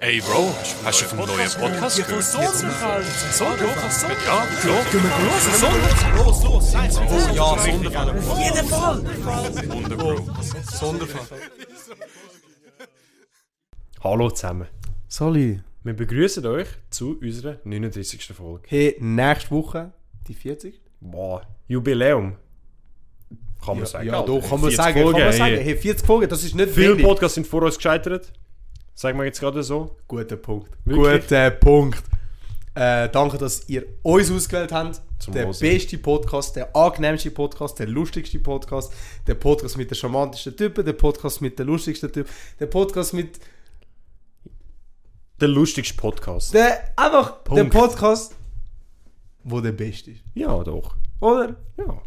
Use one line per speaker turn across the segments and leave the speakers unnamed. Ey, Bro, hast du vom neuen Podcast gehört?
Sonderfall! Sonderfall!
Ja, klar.
Sonderfall! Los, los! Nein, ja, Sonderfall! Auf jeden Fall!
Wunder, Bro.
Sonderfall!
Hallo zusammen.
Sali,
Wir begrüßen euch zu unserer 39. Folge.
hey, nächste Woche die 40.
Wow, Jubiläum. Kann man sagen.
Ja,
Alter.
doch, kann man
40
sagen.
Folgen,
kann man sagen.
hey.
Hey, 40 Folgen, das ist nicht
Viele
wenig.
Podcasts sind vor uns gescheitert. Sagen wir jetzt gerade so.
Guter Punkt.
Wirklich?
Guter Punkt. Äh, danke, dass ihr uns ausgewählt habt.
Zum
der
Hören.
beste Podcast, der angenehmste Podcast, der lustigste Podcast, der Podcast mit den charmantesten Typen, der Podcast mit den lustigsten Typen, der Podcast mit
Der lustigste Podcast.
der einfach der
Punkt.
Podcast, wo der beste ist,
Ja, doch.
oder?
Ja.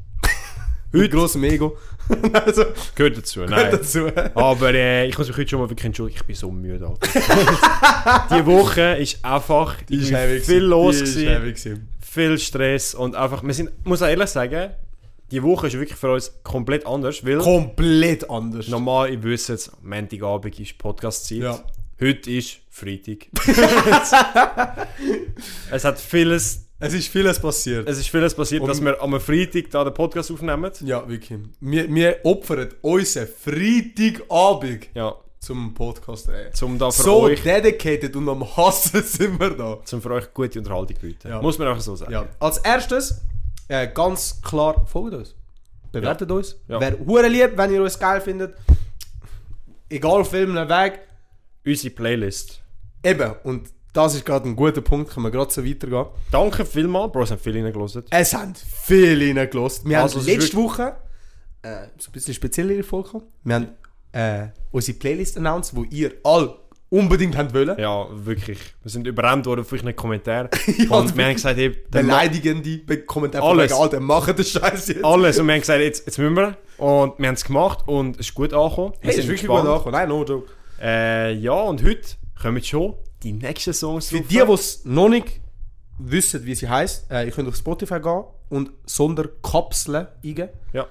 Mit großem Ego. also
Gehört dazu, nein.
gehört dazu.
Aber äh, ich muss mich heute schon mal wirklich entschuldigen, ich bin so müde, Alter. die Woche ist einfach
Die ist heavy
viel
gewesen.
los
Die ist
gewesen.
heavy gewesen.
viel Stress und einfach, wir sind, muss auch ehrlich sagen, die Woche ist wirklich für uns komplett anders, weil
Komplett anders.
normal, ich wüsste jetzt, Montagabend ist Podcast-Zeit.
Ja.
Heute ist Freitag. es hat vieles,
Es ist vieles passiert.
es ist vieles passiert,
Und-
dass wir am Freitag da den Podcast aufnehmen.
Ja, wirklich. Wir, wir opfern unseren Freitagabend
Ja,
zum Podcast. Ey.
zum da für
So
euch,
dedicated und am Hassen sind wir da.
zum für euch gute Unterhaltung bieten.
Ja.
Muss man einfach so sagen.
Ja. Als erstes, äh, ganz klar, folgt uns. Bewertet uns.
Ja.
Wäre hure lieb, wenn ihr uns geil findet. Egal, Film, Weg.
Unsere Playlist.
Eben, und das ist gerade ein guter Punkt, können wir gerade so weitergehen.
Danke vielmals, Bro, es haben viele reingelassen.
Es haben viele reingelassen. Wir
Also,
haben
es ist
letzte Woche äh, so ein bisschen speziellere Folge gehabt. Wir haben äh, unsere Playlist announced, die ihr alle unbedingt habt wollen.
Ja, wirklich. Wir sind überrannt worden von euren Kommentaren. und
wirklich.
wir haben gesagt, hey, der Ma-
Beleidigende Be- Kommentare
Alles.
von wegen, Alter, machen den Scheiß jetzt.
alles. Und wir haben gesagt, jetzt, jetzt müssen wir. Und wir haben es gemacht und es ist gut angekommen. Wir
Hey,
sind
ist wirklich
gespannt.
gut angekommen. Nein, no joke.
Äh, ja, und heute kommen schon die nächsten Songs
Für die, die es noch nicht wissen, wie sie heisst, äh, ihr könnt auf Spotify gehen und Sonderkapseln eingeben.
Ja.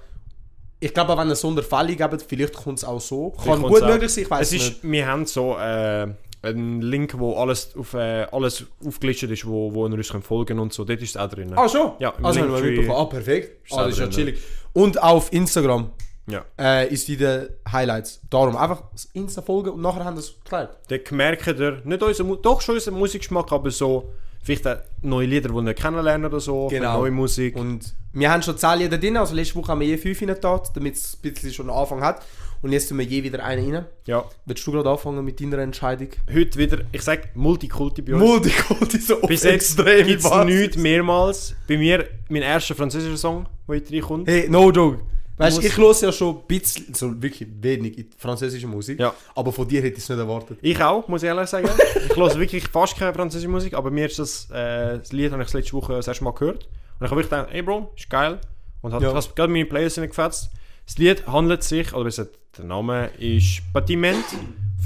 Ich glaube, auch wenn ihr Sonderfälle eingebt, vielleicht kommt es auch so. Kann
Vielleicht
gut
kommt's auch.
möglich sein, ich weiß
es ist,
nicht.
Wir haben so äh, einen Link, wo alles, auf, äh, alles aufgelistet ist, wo, wo ihr uns könnt folgen und so. Dort ist es auch drin.
Ah, schon?
Ja, im
also haben wir
Linktree
mitbekommen. Ah, perfekt.
auch
Ah, das ist ja
drin,
chillig. Und auf Instagram
Ja.
äh, ist in den Highlights. Darum einfach das Insta folgen und nachher haben wir es geklärt.
Dort merkt ihr, nicht unseren, Mu- doch schon unseren Musikgeschmack, aber so vielleicht auch neue Lieder, die ihr kennenlernen oder so.
Genau.
Neue Musik.
Und wir haben schon 10 Lieder drin, also letzte Woche haben wir je 5 reingetan, damit es ein bisschen schon einen Anfang hat. Und jetzt tun wir je wieder einen rein.
ja.
Willst du gerade anfangen mit deiner Entscheidung?
Heute wieder, ich sag Multikulti bei uns.
Multikulti so auf
Bis jetzt
extreme
gibt es
Basis.
nichts mehrmals. Bei mir, mein erster französischer Song, der heute reinkommt.
Hey, no joke. Weißt du,
Muss-
ich höre ja schon ein bisschen, so wirklich wenig in französische Musik,
Ja.
aber von dir hätte ich es nicht erwartet.
Ich auch, muss ich ehrlich sagen. ich höre wirklich fast keine französische Musik, aber mir ist das, äh, das Lied habe ich letzte Woche das erste Mal gehört. Und ich habe wirklich gedacht, hey Bro, ist geil. Und hat
Ja.
das gerade meine Playlist gefetzt. Das Lied handelt sich, oder besser, der Name ist Batiment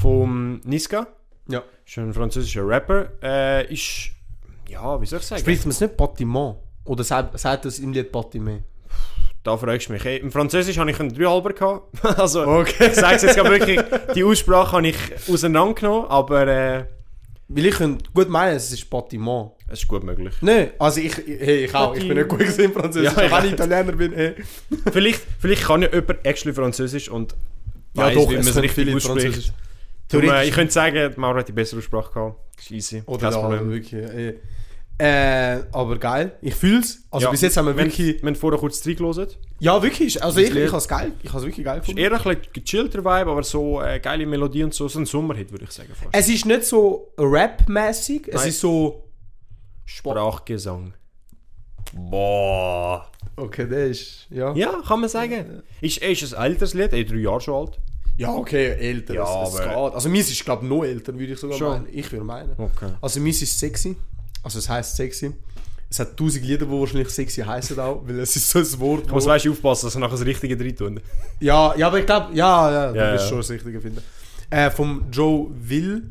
vom Niska.
Ja.
Ist ein französischer Rapper. Äh, ist, ja, wie soll ich sagen?
Spricht man es nicht Batiment? Oder sagt, sagt das im Lied Batiment?
Da fragst du mich. Hey, Im Französisch hatte ich einen 3,5 gehabt. Also,
Okay.
ich sage es jetzt gerade wirklich, die Aussprache habe ich auseinandergenommen, aber äh,
Weil ich könnte gut meinen, es ist Batiment.
es ist gut möglich.
Nein, also ich, hey, ich auch. Ich bin nicht gut gewesen in Französisch,
Ja,
auch wenn
ja.
ich Italiener bin. Hey.
vielleicht, vielleicht kann ja jemand actually Französisch und weiss, wie man es
können
richtig
in
ausspricht. Darum, äh, ich könnte sagen, die Mauro hat die bessere Aussprache gehabt. Ist easy.
Oder ja, wirklich. Hey. Äh, aber geil, ich fühle es. Also
Ja.
bis jetzt haben wir
Wir-
wirklich...
Wir haben vorher kurz reingelassen.
Ja, wirklich. Also ich,
Lied-
ich habe es geil. Ich habe es wirklich geil
Es ist
gefunden.
eher ein bisschen gechillter Vibe, aber so äh, geile Melodie und so. So ein Sommerhit, würde ich sagen. Fast.
Es ist nicht so Rap-mäßig, es
Nein.
ist so...
Sprachgesang. Boah.
Okay, der ist... Ja, ja.
Ja, kann man sagen.
Äh.
Ist, ist ein älteres Lied, eh drei Jahre schon alt.
okay, älter.
Ja,
es, es geht.
aber-
Also meins ist, glaube ich, noch älter, würde ich sogar
Schon.
meinen. Ich würde meinen.
Okay.
Also meins ist sexy. Also es heißt sexy. Es hat tausend Lieder, die wahrscheinlich sexy heißen auch, weil es ist so ein Wort.
Muss
wo-
weißt du aufpassen, dass er nachher das Richtige drin tun.
Ja, ja, aber ich glaube, ja, ja, du
Ja,
wirst
ja.
schon das Richtige finden. Äh, vom Joe Will,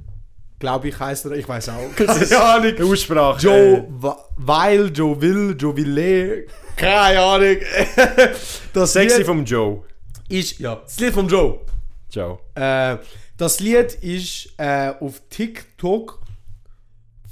glaube ich, heißt er. Ich weiß auch. Keine Ahnung.
Aussprache.
Joe Wa- Weil, Joe Will, Joe Ville. Keine Ahnung. Das
Sexy
Lied
vom Joe.
ist ja das Lied vom Joe.
Ciao.
Äh, Das Lied ist äh, auf TikTok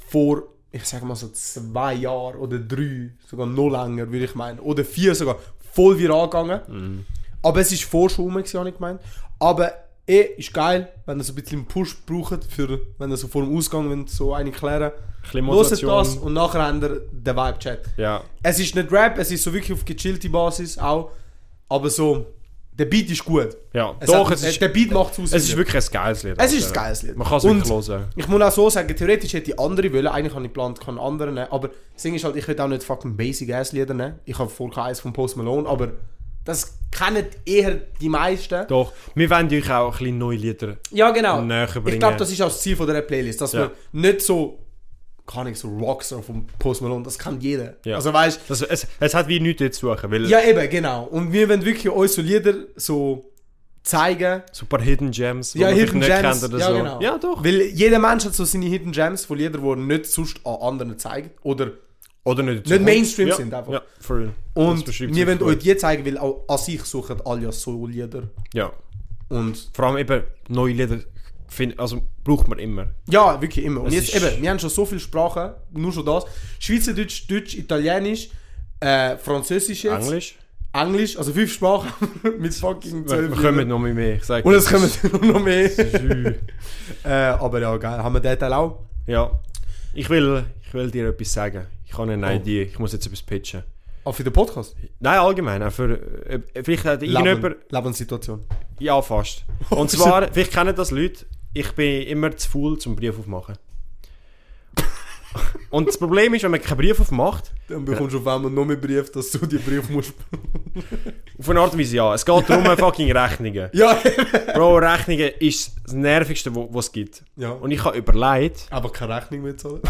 vor, ich sage mal so zwei Jahren oder drei, sogar noch länger, würde ich meinen, oder vier sogar, voll viral gegangen.
Mhm.
Aber es ist Vorschaumen, habe ich gemeint. Aber eh, ist geil, wenn ihr so ein bisschen einen Push braucht, für, wenn ihr so vor dem Ausgang wollt, so eine klären.
bisschen
Loset
Motivation.
das und nachher habt ihr den Vibe-Chat.
Ja.
Es ist nicht Rap, es ist so wirklich auf gechillte Basis auch. Aber so, der Beat ist gut.
Ja,
Es
doch,
hat,
es ist,
der Beat macht aus.
es ist wirklich ein geiles Lied.
Es
Alter.
ist ein geiles Lied.
Man kann es
Und-
wirklich hören.
Ich muss auch so sagen, theoretisch hätte ich andere wollen, eigentlich habe ich geplant, kann andere nehmen, aber das Ding ist halt, ich will auch nicht fucking basic ass Lieder nehmen. Ich habe vor keins von Post Malone, aber das kennen eher die meisten.
Doch, wir wollen euch auch ein bisschen neue Lieder.
Ja, genau.
Näher
ich
bringen.
glaube, das ist auch das Ziel von der Playlist, dass
Ja.
man nicht so, kann ich so Rockstar von Post Malone, das kann jeder.
Ja.
Also weißt
Das, es, es hat wie nichts dort zu suchen, weil
ja eben, genau. Und wir wollen wirklich euch so Lieder so zeigen,
so ein paar Hidden Gems, die
Ja,
man
Hidden
vielleicht nicht
Gems.
kennt oder
ja,
so.
genau.
Ja, doch.
Weil jeder Mensch hat so seine Hidden Gems von Liedern, die er nicht sonst an anderen zeigt. Oder
Oder nicht.
Nicht Mainstream
ja.
sind einfach.
Ja, for real. Das
und
beschreibt
wir
es
wollen
gut.
euch die zeigen, weil auch an sich suchen alle so Lieder.
Ja.
Und
Vor allem eben neue Lieder find, also braucht man immer.
ja, wirklich immer. Und
Es
jetzt
ist-
eben, wir haben schon so viele Sprachen, nur schon das. Schweizerdeutsch, Deutsch, Italienisch, äh, Französisch jetzt.
Englisch.
Englisch, also fünf Sprachen mit
Wir,
fucking
wir
zwölf
kommen
Liedern.
noch mehr. Ich sag
Und es
dir.
kommen noch mehr. äh, aber ja, geil. Haben wir den Teil auch?
Ja. Ich will, ich will dir etwas sagen. Ich habe
Oh.
eine Idee. Ich muss jetzt etwas pitchen.
Auch für den Podcast?
Nein, allgemein. auch Für, äh, vielleicht hat irgendjemand...
Lebenssituation.
Ja, fast. Und zwar, vielleicht kennen das Leute, ich bin immer zu faul zum Brief aufmachen. Und das Problem ist, wenn man keinen Brief aufmacht,
Dann bekommst du auf einmal noch mehr Brief, dass du die Brief musst.
auf eine Art und Weise ja, es geht darum, fucking Rechnungen.
ja,
Bro, Rechnungen ist das Nervigste, wo- was es gibt.
Ja.
Und ich habe überlegt,
aber keine Rechnung mehr zahlen.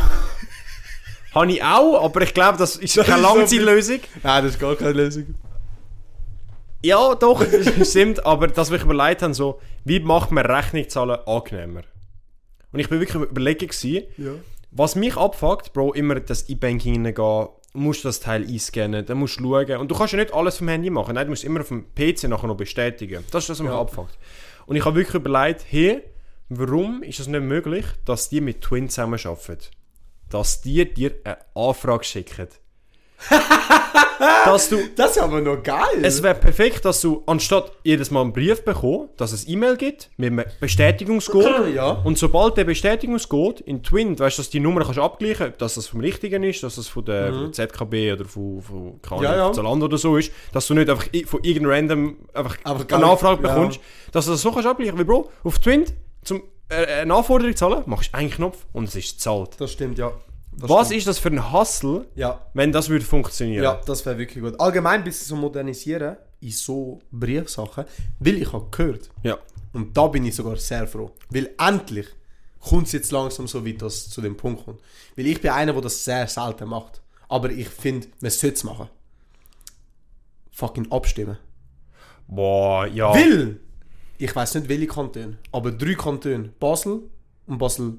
habe ich auch, aber ich glaube, das ist
ist
keine
so-
Langzeitlösung.
Nein, das ist gar keine Lösung.
Ja, doch, stimmt, aber dass wir überlegt haben, so, wie macht man Rechnung zahlen angenehmer? Und ich bin wirklich am überlegen gewesen,
Ja.
Was mich abfuckt, Bro, immer das E-Banking hineingehen, musst das Teil einscannen, dann musst du schauen. Und du kannst ja nicht alles vom Handy machen. Nein, du musst immer auf dem PC nachher noch bestätigen. Das ist das, was mich abfuckt. Und ich habe wirklich überlegt, hey, warum ist es nicht möglich, dass die mit Twin zusammen arbeiten? Dass die dir eine Anfrage schicken. dass du
Das ist aber noch geil.
es wäre perfekt, dass du anstatt jedes Mal einen Brief bekommst, dass es E-Mail gibt mit einem Bestätigungscode.
Ja.
Und sobald der Bestätigungscode in Twin, weißt du, dass die Nummer kannst abgleichen kannst, dass das vom Richtigen ist, dass das von der von der ZKB oder von, von keine
Mhm. Ja,
Ahnung,
ja.
Zalando oder so ist, dass du nicht einfach i- von irgendeinem Random einfach
Einfach gar
eine
nicht,
Anfrage
ja.
bekommst, dass du das so kannst abgleichen. Weil Bro, auf Twin zum äh, eine Anforderung zahlen, machst du einen Knopf und es ist zahlt.
das stimmt, ja. Das
Was
stimmt.
ist das für ein Hustle,
Ja.
wenn das würde funktionieren?
Ja, das wäre wirklich gut. Allgemein ein bisschen so modernisieren in so Briefsachen, weil ich habe gehört,
ja.
und da bin ich sogar sehr froh, weil endlich kommt es jetzt langsam so weit, dass es zu dem Punkt kommt. Weil ich bin einer, der das sehr selten macht. Aber ich finde, man sollte es machen. Fucking abstimmen.
Boah, ja.
Weil, ich weiß nicht welche Kantone, aber drei Kantone. Basel und Basel.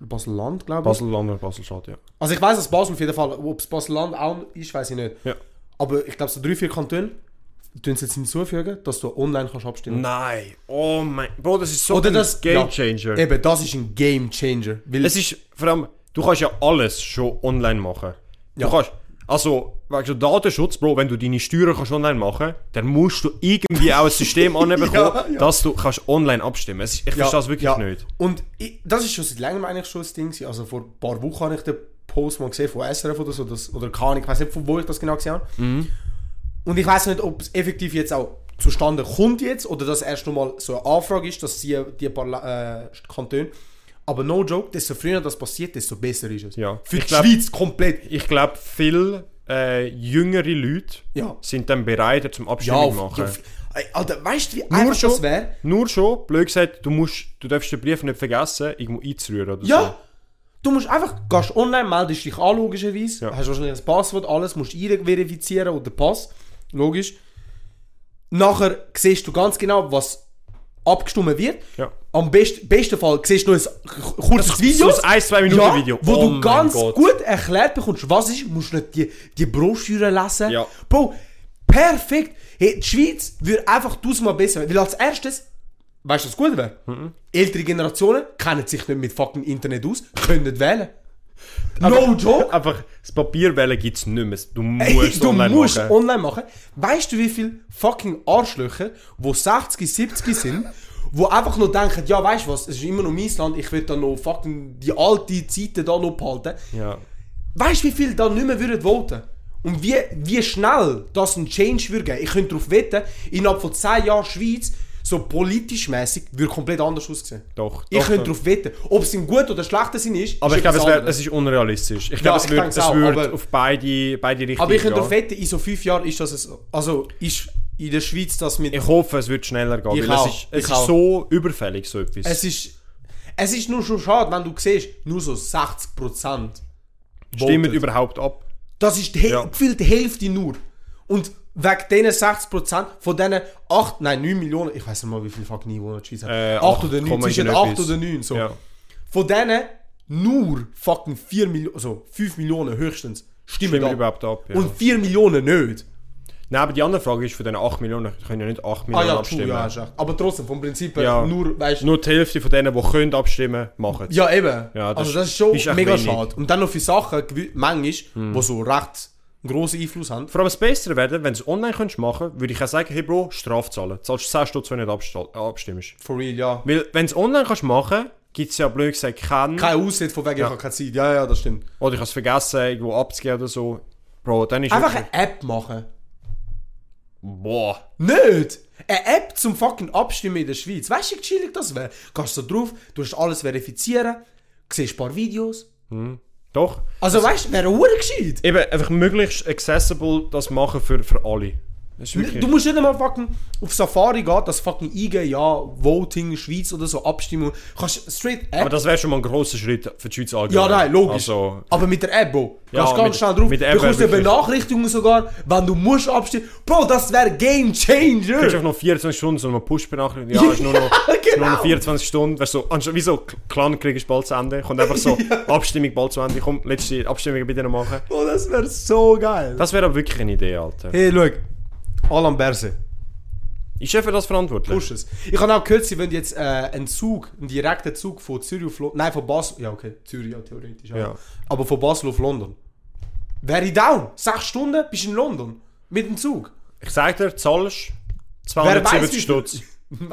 Basel-Land, glaube ich.
Basel-Land und Basel-Stadt, ja.
Also ich weiß, dass Basel auf jeden Fall, ob es Basel-Land auch ist, weiß ich nicht.
Ja.
Aber ich glaube, so drei, vier Kantone tun es jetzt hinzufügen, dass du online kannst abstimmen
Nein. Oh mein Bro, das ist so
Oder das
Game Changer.
Ja, eben, das ist ein Game Changer. Weil
es ist vor allem, du kannst ja alles schon online machen.
Ja.
Du kannst. Also, weißt du, Datenschutz, Bro, wenn du deine Steuern kannst online machen dann musst du irgendwie auch ein System anbekommen,
Ja, ja.
dass du kannst online abstimmen kannst. Ich verstehe das wirklich
ja.
nicht.
Und ich, das ist schon seit langem eigentlich schon das Ding. gewesen. Also vor ein paar Wochen habe ich den Post mal gesehen von SRF oder so, das, oder keine Ahnung, ich weiß nicht, von wo ich das genau gesehen habe.
Mhm.
Und ich weiß nicht, ob es effektiv jetzt auch zustande kommt jetzt oder dass erst nochmal so eine Anfrage ist, dass sie die paar äh, Kantone. Aber no joke, desto früher das passiert, desto besser ist es.
Ja.
Für
Ich
die
glaub-
Schweiz komplett.
Ich glaube, viele äh, jüngere Leute
Ja.
sind dann bereit, zum Abstimmen
auf-
zu machen.
auf- Ey, Alter, weißt du, wie
nur
einfach
schon,
das wäre?
nur schon, blöd gesagt, du, musst, du darfst den Brief nicht vergessen, irgendwo einzurühren oder so.
Ja! Du musst einfach, gehst online, meldest dich an, logischerweise.
Ja.
Hast wahrscheinlich ein Passwort, alles, musst ihn verifizieren oder Pass. Logisch. Nachher siehst du ganz genau, was abgestimmt wird.
Ja.
Am besten, besten Fall siehst du noch ein k- kurzes Video.
so ein ein, zwei Minuten Video.
Wo
Oh
du
mein
ganz
Gott.
gut erklärt bekommst, was ist. Du musst nicht die, die Broschüre lesen.
Ja.
Bro, perfekt. Hey, die Schweiz würde einfach tausendmal besser werden. Weil als erstes Weißt du, was gut wäre?
Mhm.
Ältere Generationen kennen sich nicht mit fucking Internet aus, können nicht wählen. no joke!
Einfach, das Papierwählen gibt es nicht mehr. Du
Oh, Ey,
musst
du
online
musst
machen.
online machen. Weißt du, wie viele fucking Arschlöcher, die 60, 70 sind, wo einfach nur denken, ja, weißt du was, es ist immer noch mein Land, ich will da noch fucking die alte Zeiten da noch behalten.
ja.
Weißt du, wie viele da nicht mehr würden voten? Und wie, wie schnell das ein Change würde geben? Ich könnte darauf wetten, innerhalb von 10 Jahren Schweiz, so politisch mäßig, würde komplett anders aussehen.
Doch,
Ich
doch,
könnte
doch.
darauf wetten. Ob es im guten oder schlechten Sinn ist,
Aber
ist
ich glaube,
etwas
es, wär,
anderes.
es ist unrealistisch. Ich glaube,
ich
es würde
denk's auch, aber-
würd auf beide, beide Richtungen
Aber ich könnte darauf
gehen.
wetten, in so 5 Jahren ist das es. Also, ist in der Schweiz das mit.
Ich hoffe, es wird schneller gehen.
Ich
weil
auch,
es ist, es
ich
ist
auch.
so überfällig, so etwas.
Es ist. Es ist nur schon schade, wenn du siehst, nur so 60%.
Stimmen
votet.
überhaupt ab.
Das ist die,
Ja.
ja. gefühlt die Hälfte nur. Und wegen diesen 60% von diesen 8, nein, 9 Millionen, ich weiß nicht mal, wie viel fucking Einwohner die Schweiz hat.
Äh,
8 oder 9,
8,
zwischen
irgendetwas.
8 oder 9, so.
Ja.
Von denen nur fucking 4 Millionen, also 5 Millionen höchstens stimmen,
Stimmen
ab.
überhaupt ab. Ja.
Und 4 Millionen nicht.
Nein, aber die andere Frage ist, von diesen 8 Millionen können ja nicht 8
Ah
Millionen
ja, true,
abstimmen.
ja, hast recht. Aber trotzdem, vom Prinzip her,
Ja.
nur, weißt
Nur die Hälfte von denen, die können abstimmen, machen es.
Ja, eben.
Ja, das
also das ist schon
ist echt
mega
wenig. Hm.
schade. Und dann noch für Sachen, gewi- manchmal, die so recht grossen Einfluss haben.
Vor allem es besser werden, wenn du es online könntest machen, würde ich auch sagen, hey Bro, Strafe zahlen. Zahlst 10 Stutz, wenn du nicht absta- äh, abstimmst.
For real, ja.
Weil, wenn du es online kannst machen, gibt es ja blöd gesagt keinen.
Keine Aussicht von wegen, ich habe keine Zeit. Ja, ja, das stimmt.
Oder ich habe es vergessen, irgendwo abzugeben oder so. Bro, dann ist
Einfach
wirklich-
eine App machen.
Boah.
Nicht! Eine App zum fucking Abstimmen in der Schweiz. Weißt du, wie chillig das wäre? Gehst du drauf, du hast alles verifizieren, siehst ein paar Videos.
Doch.
Also weißt du, wäre hure gescheit.
Eben, einfach möglichst accessible das machen für, für alle. Das ist wirklich...
Du musst nicht einmal fucking auf Safari gehen, das fucking eingeben, ja, Voting, Schweiz oder so, Abstimmung. Kannst straight App
aber das wäre schon mal ein grosser Schritt für die Schweiz allgemein.
Ja, nein, logisch.
Also,
aber mit der App, Bro. Du
Ja,
kannst ganz
mit-
schnell drauf.
mit der App
bekommst eine
wär wirklich-
Benachrichtigung sogar, wenn du musst abstimmen. Bro, das wäre Game
Du hast
Changer.
auch noch 24 Stunden so eine Push-Benachrichtigung. Ja, ist nur noch, ist nur
genau.
noch 24 Stunden. Weißt du, so, anstatt- wie so, Clankrieg ist bald zu Ende. Kommt einfach so, Abstimmung bald zu Ende. Komm, letzte Abstimmung bitte noch machen.
Bro, das wäre so geil.
Das wäre aber wirklich eine Idee, Alter.
hey, schau. Alan Berse.
Ist er für das verantwortlich?
Push es. Ich habe auch gehört, sie wollen jetzt äh, einen Zug, einen direkten Zug von Zürich auf London. Nein, von Basel. Ja, okay. Zürich, ja, theoretisch. Ja.
Ja.
Aber von Basel auf London. Wäre ich down. Sechs Stunden bist du in London. Mit dem Zug.
Ich sag dir, zahlst
Wer weiß, wie
270
viel-
Stutz.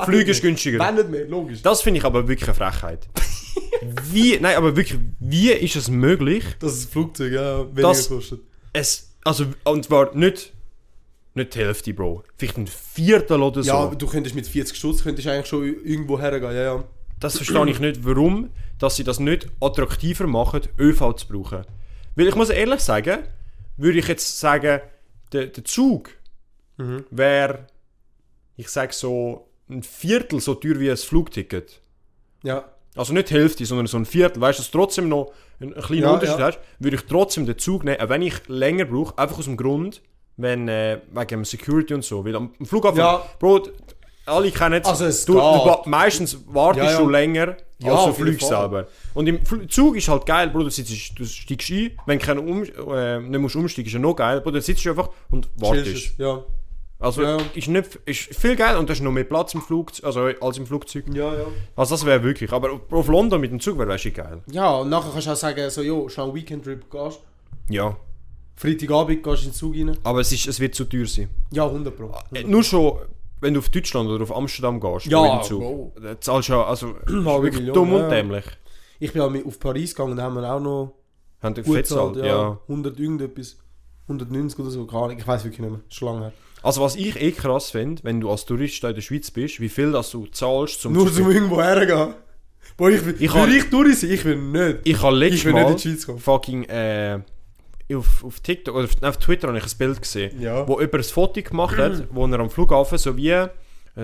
Flüge ist günstiger.
Wenn nicht mehr, logisch.
Das finde ich aber wirklich eine Frechheit. wie, nein, aber wirklich, wie ist es möglich,
Das ist ein Flugzeug, ja. Weniger
Das-
kostet.
es, also, und zwar nicht, nicht die Hälfte, Bro. Vielleicht ein Viertel oder so.
Ja, aber du könntest mit 40 Stutz könntest eigentlich schon irgendwo hergehen, ja, ja.
Das verstehe ich nicht, warum dass sie das nicht attraktiver machen, ÖV zu brauchen. Weil ich muss ehrlich sagen, würde ich jetzt sagen, der, der Zug
Mhm.
wäre, ich sage so, ein Viertel so teuer wie ein Flugticket.
Ja.
Also nicht die Hälfte, sondern so ein Viertel. Weißt du, dass du trotzdem noch einen, einen kleinen
Ja,
Unterschied
ja.
hast, würde ich trotzdem den Zug nehmen, auch wenn ich länger brauche, einfach aus dem Grund, wenn, äh, wegen dem Security und so. Weil am am Flughafen,
Ja.
Bro, d- alle kennen es.
Also es
du, du,
geht.
wa- meistens wartest
Ja, ja.
du länger,
Ja,
als du
auf jeden
fliegst
Fall.
selber. Und im Fl Zug ist halt geil, Bro, du, sitzt, du steigst ein, wenn du keine um äh, nicht musst umsteigen, ist ja noch geil, Bro, dann sitzt du einfach und wartest.
Chillst es, Ja.
Also
Ja.
ist, nicht, ist viel geil und da ist noch mehr Platz im Flugzeug, also als im Flugzeug.
Ja, ja.
Also das wäre wirklich, aber auf- auf London mit dem Zug wäre schon geil.
Ja, und nachher kannst du auch sagen, so, jo, schon einen Weekend-Trip gehst,
Ja.
Freitagabend gehst du in den Zug rein.
Aber es, ist, es wird zu teuer sein.
Ja, 100 Pro.
Äh, nur schon, wenn du auf Deutschland oder auf Amsterdam gehst
Ja,
mit dem Zug,
Bro.
da zahlst du ja, also
Halbe
wirklich
Million,
dumm
ja.
und dämlich.
Ich bin auch mit auf Paris gegangen, da haben wir auch noch
Haben die
gut
fett zahlt,
gezahlt,
ja.
100 irgendetwas. 190 oder so, keine Ahnung, ich weiß wirklich nicht mehr. Schon lange her.
Also was ich eh krass finde, wenn du als Tourist da in der Schweiz bist, wie viel das du zahlst zum
Nur
zu-
zum irgendwo hergehen. Boah, ich will,
Ich
will
hab-
ich durch sein? Ich will nicht.
Ich habe letztes
Ich will
Mal
nicht in die Schweiz kommen.
fucking äh, auf, auf TikTok oder auf, nein, auf Twitter habe ich ein Bild gesehen,
Ja.
wo jemand ein Foto gemacht hat, wo er am Flughafen so wie äh,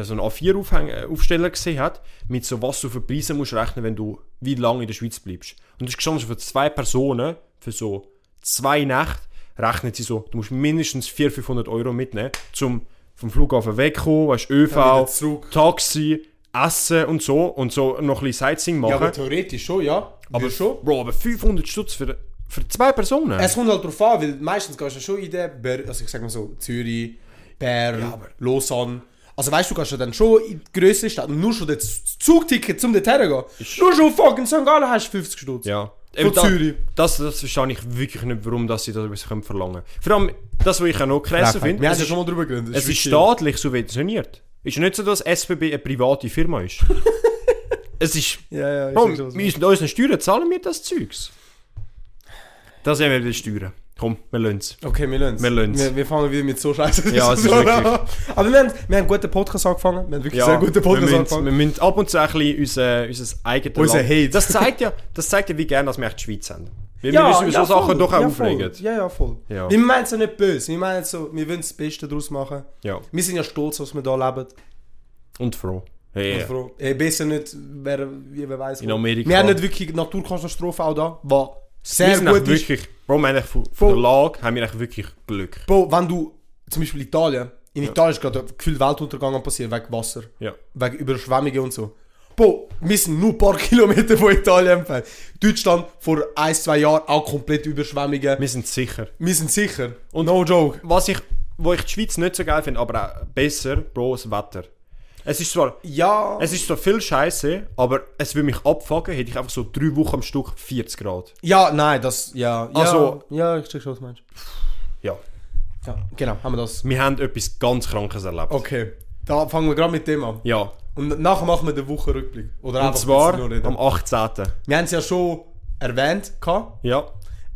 so einen A4-Aufsteller äh, gesehen hat, mit so was du für Preise musst rechnen, wenn du wie lange in der Schweiz bleibst. Und das ist gestanden für zwei Personen, für so zwei Nächte, rechnet sie so, du musst mindestens 400, 500 Euro mitnehmen, zum vom Flughafen wegkommen, weißt,
Ja,
ÖV,
wieder zurück.
Taxi, Essen und so und so noch ein bisschen Sightseeing machen.
Ja, aber theoretisch schon, ja.
Aber
Würde schon.
Bro, aber 500 Stutz für, für zwei Personen?
Es kommt halt drauf an, weil meistens gehst du ja schon in den Ber also ich sag mal so, Zürich, Bern, Lausanne. Also weißt du, du kannst ja dann schon in die größere Stadt, nur schon das Zugticket zum dorthin gehen. Nur schon fucking St. Gallen hast du 50 Stutz.
Ja.
Von
Eben da-
Zürich.
Das, das verstehe ich wirklich nicht, warum dass sie das über sich können verlangen können. Vor allem, das, was ich ja noch krasser finde,
Wir haben
es
ja
ist,
schon mal drüber geredet.
es ist
wichtig.
staatlich subventioniert. Es ist nicht so, dass SBB eine private Firma ist. es ist...
Ja, ja, ich
Bro,
sag schon, was du-
mit unseren Steuern zahlen wir das Zeugs. Das sehen wir wieder Steuern. Komm, wir lassen es.
Okay, wir lösen
Wir lassen's.
Wir, wir fangen wieder mit so Scheiße.
Ja, es ist wirklich-
Aber wir haben, wir haben einen guten Podcast angefangen. Wir haben wirklich sehr guten
wir
Podcast
müssen, wir
angefangen.
müssen ab und zu ein bisschen unser, unser eigenes
Unser
Land-
Hate.
Das zeigt, ja, das zeigt ja, wie gerne dass wir echt die Schweiz haben. Weil wir uns über so
voll,
Sachen doch auch
ja, voll.
aufregen.
Ja, ja, voll.
Ja.
Wir meinen es ja nicht böse. Wir meinen es so, wir wollen das Beste daraus machen.
Ja.
Wir sind ja stolz, was wir hier leben.
Und froh. Ja, ja.
Und froh. Ey, besser nicht, wer, wie wer weiß.
In Amerika.
Wir haben nicht wirklich Naturkatastrophen auch da, was
Wir
sehr
sind
gut
echt
ist.
wirklich, Bro, wir haben echt von, von
Voll.
der Lage haben wir echt wirklich Glück.
Bro, wenn du, zum Beispiel Italien, in Italien ist gerade gefühlt Weltuntergang am passieren, wegen Wasser.
Ja.
Wegen Überschwemmungen und so. Boah, wir sind nur ein paar Kilometer von Italien entfernt. Deutschland vor ein, zwei Jahren auch komplett Überschwemmungen.
Wir sind sicher.
Wir sind sicher. Und no joke.
Was ich, wo ich die Schweiz nicht so geil finde, aber auch besser, Bro, das Wetter. Es ist zwar,
Ja.
es ist zwar viel Scheiße, aber es würde mich abfucken, hätte ich einfach so drei Wochen am Stück 40 Grad.
ja, nein, das, ja. ja
Also-
ja, ich check schon, was du meinst.
Ja.
Ja, genau, haben wir das.
Wir haben etwas ganz Krankes erlebt.
Okay, da fangen wir gerade mit dem an.
Ja.
Und nachher machen wir den Wochenrückblick. Oder
Und
einfach
zwar
jetzt nur reden.
am 18.
Wir haben es ja schon erwähnt, gehabt.
Ja.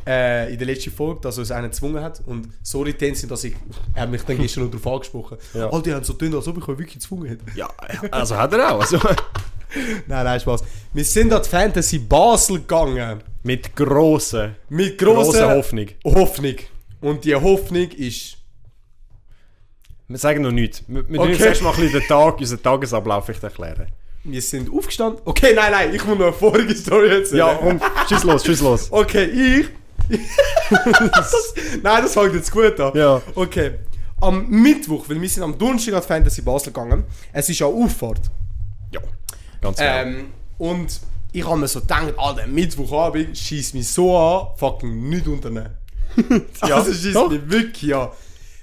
äh, in der letzten Folge, dass uns einer gezwungen hat. Und sorry, Tenzin, dass ich. Er hat mich dann gestern noch darauf angesprochen.
Ja.
All die haben so dünn, als ob ich euch wirklich gezwungen hätte.
Ja, also hat er auch. Also,
Nein, nein, Spaß. Wir sind an die Fantasy Basel gegangen.
mit grosser,
Mit
grosser
großer
Hoffnung.
Hoffnung. Und die Hoffnung ist.
Wir sagen noch nichts. Wir, wir
Okay.
okay. jetzt erst mal ein bisschen den Tag, unseren Tagesablauf vielleicht erklären.
Wir sind aufgestanden. Okay, nein, nein, ich muss noch eine vorige Story erzählen.
Ja, und schieß los, schieß los.
Okay, ich. das, nein, das fängt jetzt gut an.
Ja.
Okay. Am Mittwoch, weil wir sind am Donnerstag an die Fantasy Basel gegangen. Es ist ja Auffahrt.
Ja, ganz genau.
Ähm, und ich habe mir so gedacht, Alter, Mittwochabend schießt mich so an, fucking nicht unternehmen. ja, also schießt
doch.
mich wirklich an.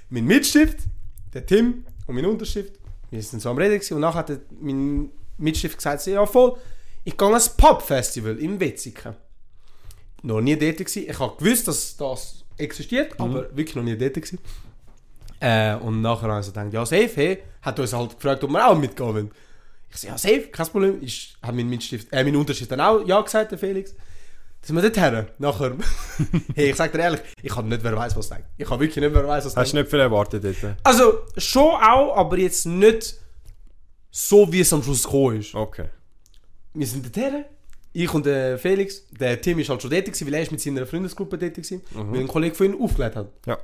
Mein Mitstift, der Tim und mein Unterstift, wir sind so am Reden gewesen, und nachher hat der- mein Mitstift gesagt, so, ja voll, ich gehe ans Pub-Festival im Wetzigen. Noch nie dort gewesen. Ich habe gewusst, dass das existiert,
Mhm.
aber wirklich noch nie dort gewesen. Äh, und nachher haben sie gedacht, ja safe, hey, hat uns halt gefragt, ob wir auch mitgehen wollen. Ich so, ja, safe, kein Problem. Ich habe meinen Mitstift, äh, meinen Unterschrift dann auch ja gesagt, der Felix. Dann sind wir dort her. Nachher. hey, ich sag dir ehrlich, ich habe nicht, wer weiß, was denkt. Ich habe wirklich nicht, wer weiß,
Hast
was denkt.
du nicht viel erwartet dort?
Also, schon auch, aber jetzt nicht so, wie es am Schluss gekommen ist.
Okay.
Wir sind dort her. Ich und der Felix. Der Tim ist halt schon dort, gewesen, weil er ist mit seiner Freundesgruppe dort war, weil ein Kollege von ihm aufgelegt hat.
Ja.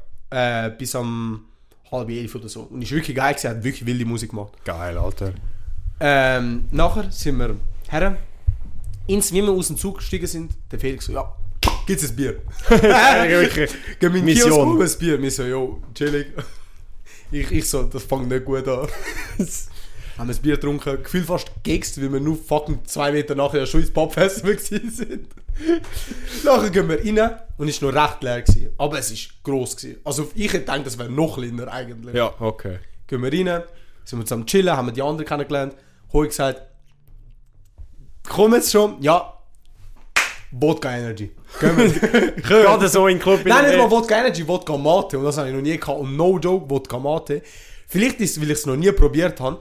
Äh, bis am halb elf oder so. Und ist wirklich geil gewesen, hat wirklich wilde Musik gemacht.
Geil, Alter.
Ähm, nachher sind wir her. Ins, wie wir aus dem Zug gestiegen sind, der Felix so, ja, gibt's ein Bier.
Wirklich.
Gehen wir in den Kiosk,
Mission.
holen ein Bier. Wir so, jo, chillig. Ich, ich so, das fängt nicht gut an. haben wir ein Bier getrunken, gefühlt fast gegext, weil wir nur fucking zwei Meter nachher schon ins Pappfestival gewesen sind. nachher gehen wir rein und es war noch recht leer. Gewesen. Aber es war gross. Gewesen. Also ich hätte gedacht, das wäre noch kleiner eigentlich
Ja, okay.
gehen wir rein, sind wir zusammen chillen, haben wir die anderen kennengelernt. Hoi gesagt, komm jetzt schon, ja, Vodka Energy. Gehen wir. Gehen
Gerade
wir.
so in den Club.
Nein, nicht mal
wo...
Vodka Energy, Vodka Mate. Und das habe ich noch nie gehabt. Und no joke, Vodka Mate. Vielleicht ist es, weil ich es noch nie probiert habe.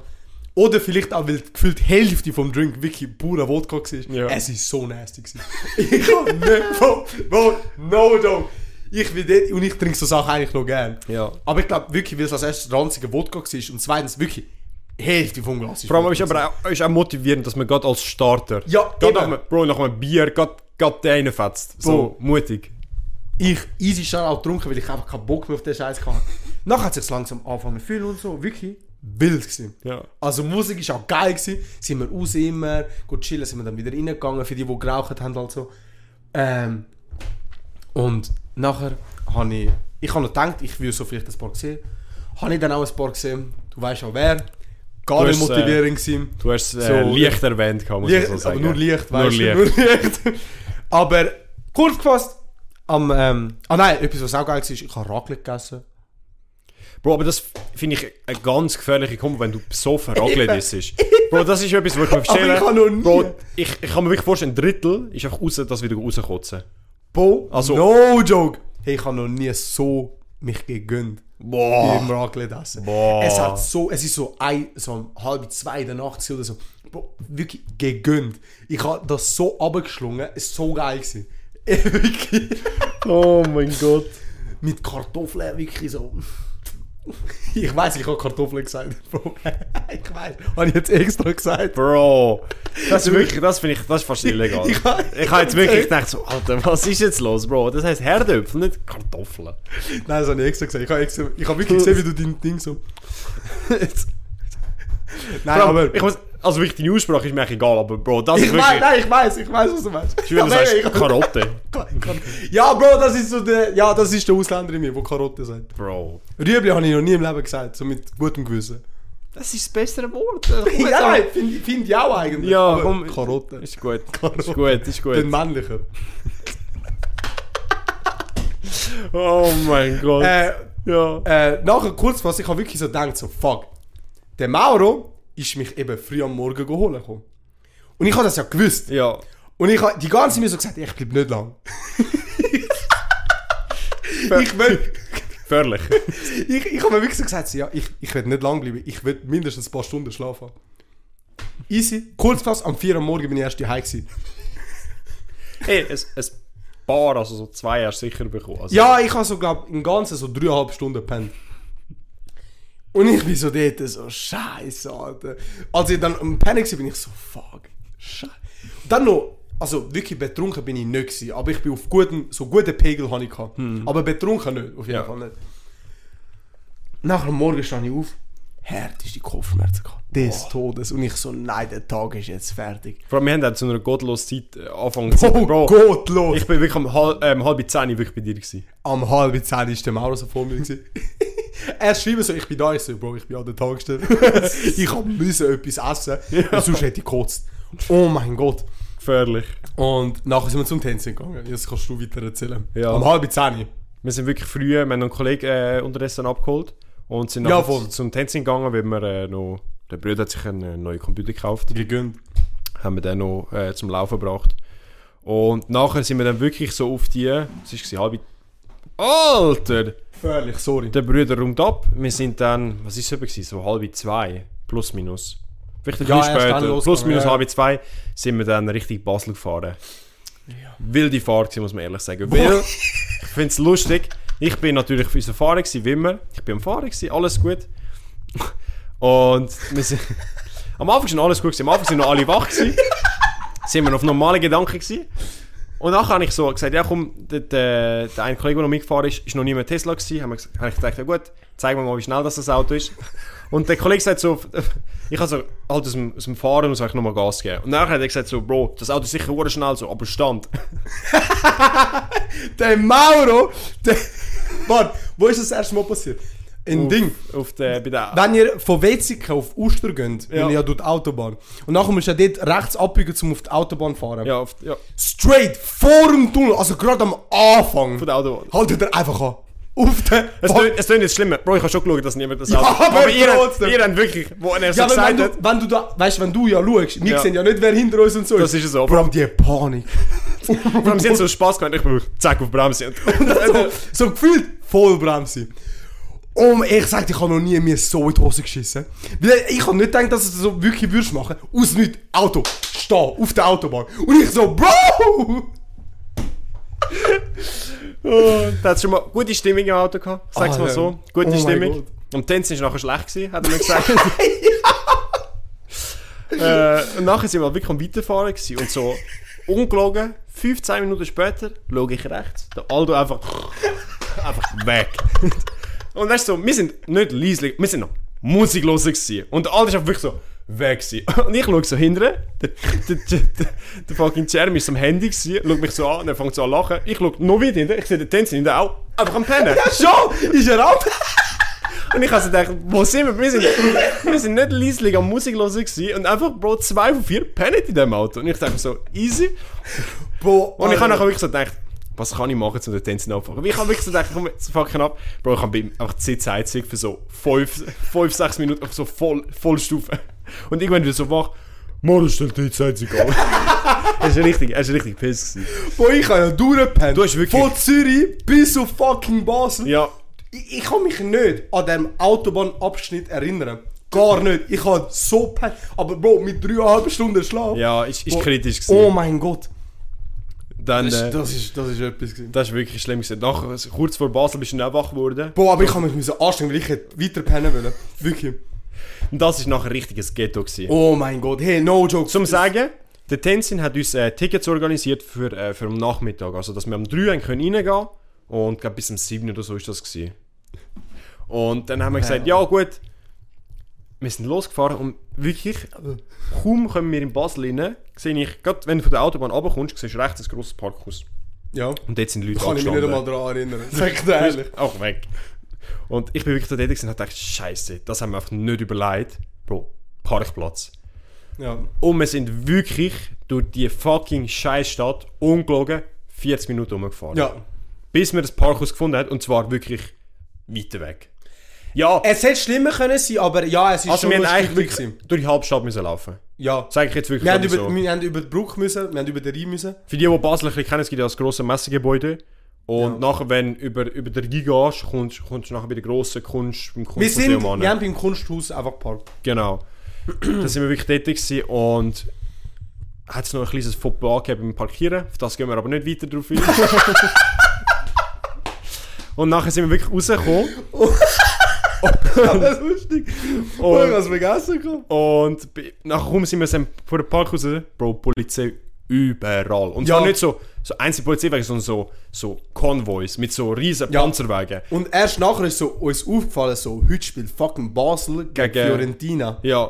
Oder vielleicht auch, weil gefühlt die Hälfte vom Drink wirklich purer Wodka war.
Ja.
Es war so nasty. gewesen. ich hab nicht, Bro, Bro, no joke. Ich bin dort und ich trinke so Sachen eigentlich noch gern.
Ja.
Aber ich glaube wirklich, weil es als erstes ranziger Wodka war und zweitens wirklich die Hälfte vom Glas ist.
Vor allem
Wodka
ist aber auch, ist auch motivierend, dass man gerade als Starter...
Ja,
gerade
eben.
nach einem, Bro, nach einem Bier, gerade, gerade den einen fetzt. So,
Bro.
mutig.
ich easy schon auch getrunken, weil ich einfach keinen Bock mehr auf den Scheiß hatte. Nachher hat es sich langsam angefangen zu fühlen und so. Wirklich wild gewesen.
Ja.
Also Musik war auch geil. Gewesen. Sind wir raus immer, gut chillen, sind wir dann wieder reingegangen, für die, die geraucht haben halt so. Ähm, und nachher habe ich, ich habe noch gedacht, ich will so vielleicht ein paar sehen. Habe ich dann auch ein paar gesehen. Du weißt auch wer. Gar
Du
nicht
hast, äh,
motivierend gewesen.
Du hast es
So,
äh, leicht erwähnt, kann man
Licht,
so sagen.
aber oh, nur Licht, weißt
Nur
du, nur Licht. aber kurz gefasst, am, ähm, ah nein, etwas, was auch geil war, ich habe Raclette gegessen.
Bro, aber das finde ich eine ganz gefährliche Kombo, wenn du so verragelt bist. Bro, das ist etwas, wo ich mir verstehe.
ich habe noch nie-
Bro, ich, ich kann mir wirklich vorstellen, ein Drittel ist einfach raus, das wieder rauskotzen.
Bo,
Also-
no joke. Hey, ich habe noch nie so mich gegönnt.
Boah.
Im Raclette essen.
Oh. Boah.
Es hat so, es ist so ein, so um halb zwei in der Nacht gewesen oder so. Bro, wirklich gegönnt. Ich habe das so abgeschlungen, es war so geil gewesen. wirklich.
Oh mein Gott.
Mit Kartoffeln, wirklich so. Ich weiß, ich habe Kartoffeln gesagt. Bro. ich weiß, habe ich jetzt extra gesagt.
Bro. Das ist wirklich, das finde ich, das ist fast illegal.
Ich-
ich
ich-
habe jetzt wirklich gedacht, so, Alter, was ist jetzt los, Bro? Das heisst Herdöpfel, nicht Kartoffeln.
Nein, das habe ich extra gesagt. Ich habe, extra, ich habe wirklich gesehen, wie du dein Ding so. Nein,
Bro,
aber.
ich muss, also wirklich, deine Aussprache ist mir eigentlich egal, aber Bro, das ist
Ich weiß,
wirklich...
nein, ich weiß, ich weiß, was du meinst.
Ich würde
Ja,
sagen,
ich-
Karotte.
Ja, Bro, das ist so der, ja, das ist der Ausländer in mir, der Karotte sagt.
Bro.
Rüebli habe ich noch nie im Leben gesagt, so mit gutem Gewissen.
Das ist das bessere Wort.
ja, nein, finde find ich auch eigentlich.
Ja,
aber
komm.
Karotte.
Ist gut. Ist
Karotte.
gut, ist gut.
Den männlicher.
Oh mein Gott.
Äh,
ja.
äh, nachher kurz was, ich habe wirklich so gedacht, so fuck. Der Mauro ist mich eben früh am Morgen geholt gekommen. Und ich habe das ja gewusst.
Ja.
Und ich habe die ganze Zeit mir so gesagt, ich bleib nicht lang. ich will,
Völlig.
ich, ich habe mir wirklich so gesagt, so, ja, ich, ich will nicht lang bleiben, ich will mindestens ein paar Stunden schlafen. Easy, kurz fast, am 4 Uhr am Morgen bin ich erst daheim gewesen.
hey, es, es paar, also so zwei hast du sicher bekommen. Also,
Ja, ich habe so, glaube im Ganzen so dreieinhalb Stunden gepennt. Und ich bin so dort, so, scheiße, Alter. Als ich dann am Pennen war, bin ich so, fuck, scheiße. Dann noch, also wirklich betrunken bin ich nicht gewesen, aber ich bin auf guten, so guten Pegel hatte ich. gehabt. Aber betrunken nicht, auf jeden
Ja.
Fall nicht. Nachher am Morgen stand ich auf, härteste Kopfschmerzen gehabt, des Todes. Und ich so, nein, der Tag ist jetzt fertig.
Vor allem, wir haben dann zu einer gottlosen Zeit äh, angefangen zu
Oh
Bro,
Gott, los!
Ich bin wirklich um halb, ähm, halb zehn wirklich bei dir gewesen.
am halben zehn ist der Mauro so vor mir gewesen. er schreibt so, ich bin da, ich so, Bro, ich bin an der Tankstelle. ich hab müssen etwas essen, weil sonst hätte ich gekotzt. Oh mein Gott.
Gefährlich.
Und nachher sind wir zum Tänzen gegangen. Jetzt kannst du weiter erzählen.
Ja.
Am halben zehn.
Wir sind wirklich früh, wir haben noch einen Kollegen äh, unterdessen abgeholt und sind
Ja,
nachher
voll.
zu- zum Tänzchen gegangen, weil wir äh, noch... Der Bruder hat sich einen äh, neuen Computer gekauft.
Gegönnt.
haben wir dann noch äh, zum Laufen gebracht. Und nachher sind wir dann wirklich so auf die, es war halb... Alter!
Völlig, sorry.
Der Bruder räumt ab, wir sind dann, was ist es etwa gewesen? so halb zwei, plus minus. Vielleicht ein
Ja,
bisschen
erst dann
später, plus
losgegangen,
minus
ja.
halb zwei, sind wir dann richtig Basel gefahren. Wilde Fahrt gewesen, muss man ehrlich sagen. Weil, ich finde es lustig, ich bin natürlich für unser Fahrer gewesen, wie immer. Ich bin am Fahren gewesen, alles gut. Und wir sind... Am Anfang schon alles gut gewesen. Am Anfang sind noch alle wach gewesen. sind wir auf normale Gedanken gewesen. Und nachher habe ich so gesagt, ja komm, der, der, der eine Kollege, der noch mitgefahren ist, ist noch nie mit Tesla gewesen. Haben wir ges- Habe ich gedacht, ja gut, zeigen wir mal, wie schnell das, das Auto ist. Und der Kollege sagt so, ich habe so halt aus dem, aus dem Fahren muss ich nochmal Gas geben. Und nachher hat er gesagt so, Bro, das Auto ist sicher hure schnell so, aber stand.
Der Mauro, der... Warte, wo ist das erste Mal passiert? Ein Ding.
Auf, auf der, bei der,
Wenn ihr von Wetzikon auf Uster geht, ja.
Ja.
ihr ja durch die Autobahn. Und nachher musst du ja dort rechts abbiegen, um auf die Autobahn zu fahren.
ja, auf, ja,
Straight vor dem Tunnel, also gerade am Anfang.
von der Autobahn.
Haltet ihr einfach an. Auf den.
Es tönt, es tönt jetzt schlimmer. Bro, ich habe schon geschaut, dass niemand das
Ja,
Auto...
aber
ihr,
trotzdem.
ihr habt wirklich, wo er so
Ja, aber wenn
gesagt hat...
du, wenn du da, weißt, wenn du ja schaust, wir
Ja.
sehen ja nicht, wer hinter uns und so
Das ist so.
Vor allem die Panik.
Vor allem, sie hat so Spass gemacht, ich bin zack auf Bremse. Und
so, so gefühlt Vollbremse. Um ehrlich gesagt, ich habe noch nie mir so in die Hose geschissen. Weil ich habe nicht gedacht, dass du das so wirklich würdest machen. Aus nichts, Auto, steh, auf der Autobahn. Und ich so, Bro!
Also, Da hat schon mal gute Stimmung im Auto gehabt. Sag's
Ah,
mal
ja.
so. Gute
Oh mein
Stimmung.
Gott.
Am Tänzen war nachher schlecht, gewesen, hat er mir gesagt. äh, und nachher sind wir wirklich am Weiterfahren gewesen. und so ungelogen, 15 Minuten später schaue ich rechts, der Aldo einfach, einfach weg. und weißt du, so, wir sind nicht leise, wir sind noch musiklos gewesen. Und der Aldo ist einfach wirklich so weg gewesen. Und ich schaue so hinten, der, der, der, der, der fucking Jeremy ist am Handy gewesen, schaut mich so an und er fängt so an zu lachen. Ich schaue noch weiter hinten, ich sehe den Tänzer hinten auch einfach am Pennen.
Schon, ist er ab?
Und ich habe so gedacht, wo sind wir? Wir sind, wir sind nicht leislich am Musik hören gewesen und einfach, Bro, zwei von vier pennen in diesem Auto. Und ich dachte so, easy.
Bro,
Und ich habe nachher wirklich so gedacht, was kann ich machen, um den Tänzer abzufangen? Weil Ich habe wirklich so gedacht, komm, jetzt fucking ab. Bro, ich habe einfach die Sitz Heizung für so 5, 6 Minuten auf so voll, Vollstufe. Und irgendwann wieder so wach, Mann, stell die Sitzheizung an. Er ist richtig, er ist richtig piss gewesen.
Boah, ich habe ja durchgepennt.
Du hast wirklich-
Von Zürich bis auf fucking Basel.
Ja.
Ich, ich kann mich nicht an diesem Autobahnabschnitt erinnern. Gar nicht. Ich habe so pennt. Aber Ah, Bro, mit dreieinhalb Stunden Schlaf.
Ja, ist, ist
Boah,
kritisch gewesen.
Oh mein Gott.
Dann,
Das,
äh,
das, ist, das ist etwas gewesen.
das ist wirklich schlimm gewesen. Nachher, kurz vor Basel bist du dann auch wach geworden.
Boah, aber ich habe mich müssen anstrengen, weil ich hätte weiter pennen wollen. Wirklich.
Und das ist nachher ein richtiges Ghetto gewesen.
Oh mein Gott. Hey, no joke.
Zum sagen, der Tenzin hat uns äh, Tickets organisiert für, äh, für den Nachmittag. Also, dass wir am 3 Uhr reingehen können. reingehen. Und glaub, bis um 7 oder so ist das. Gewesen. Und dann haben wir gesagt, ja gut, wir sind losgefahren und wirklich, kaum kommen wir in Basel rein, sehe ich, gerade wenn du von der Autobahn runterkommst, siehst du rechts ein grosses Parkhaus.
Ja.
Und dort sind Leute
Kann ich mich nicht
angestanden.
einmal daran erinnern. Sag ich dir ehrlich.
Auch weg. Und ich bin wirklich da tätig gewesen und hab gedacht, Scheiße, das haben wir einfach nicht überlegt. Bro, Parkplatz.
Ja.
Und wir sind wirklich durch die fucking Scheißstadt ungelogen 40 Minuten rumgefahren.
Ja.
Bis wir das Parkhaus gefunden haben und zwar wirklich weiter weg. Ja,
Es hätte schlimmer können sein, aber ja, es ist
also
schon
wir haben
ein
eigentlich
Stück
wirklich
gewesen.
durch die Halbstadt müssen laufen.
Ja.
Sag ich jetzt wirklich
Wir haben,
gerade
über,
so.
wir haben über die Brücke müssen, wir haben über den Rhein müssen.
Für die, die Basel ein bisschen kennen, es gibt ja das grosse Messegebäude. Und nachher, wenn du über, über den Rhein gehst, kommst, kommst du nachher bei der grossen Kunst, beim
Wir, sind,
Kunstmuseum an.
wir haben beim Kunsthaus einfach geparkt.
Genau. da sind wir wirklich tätig gewesen und hat es noch ein kleines Fauxpas gegeben beim Parkieren. Auf das gehen wir aber nicht weiter drauf ein. und nachher sind wir wirklich rausgekommen
das ist lustig. Oh, ich
und,
hab's vergessen gehabt.
und bi- nachher rum sind wir dann vor dem Park raus. Bro, Polizei überall. Und zwar
Ja.
nicht so, so einzelne Polizeiwagen, sondern so, so Konvois mit so riesen
Ja.
Panzerwagen.
Und erst nachher ist so uns aufgefallen, so, heute spielt fucking Basel gegen,
Gegen-
Fiorentina.
Ja.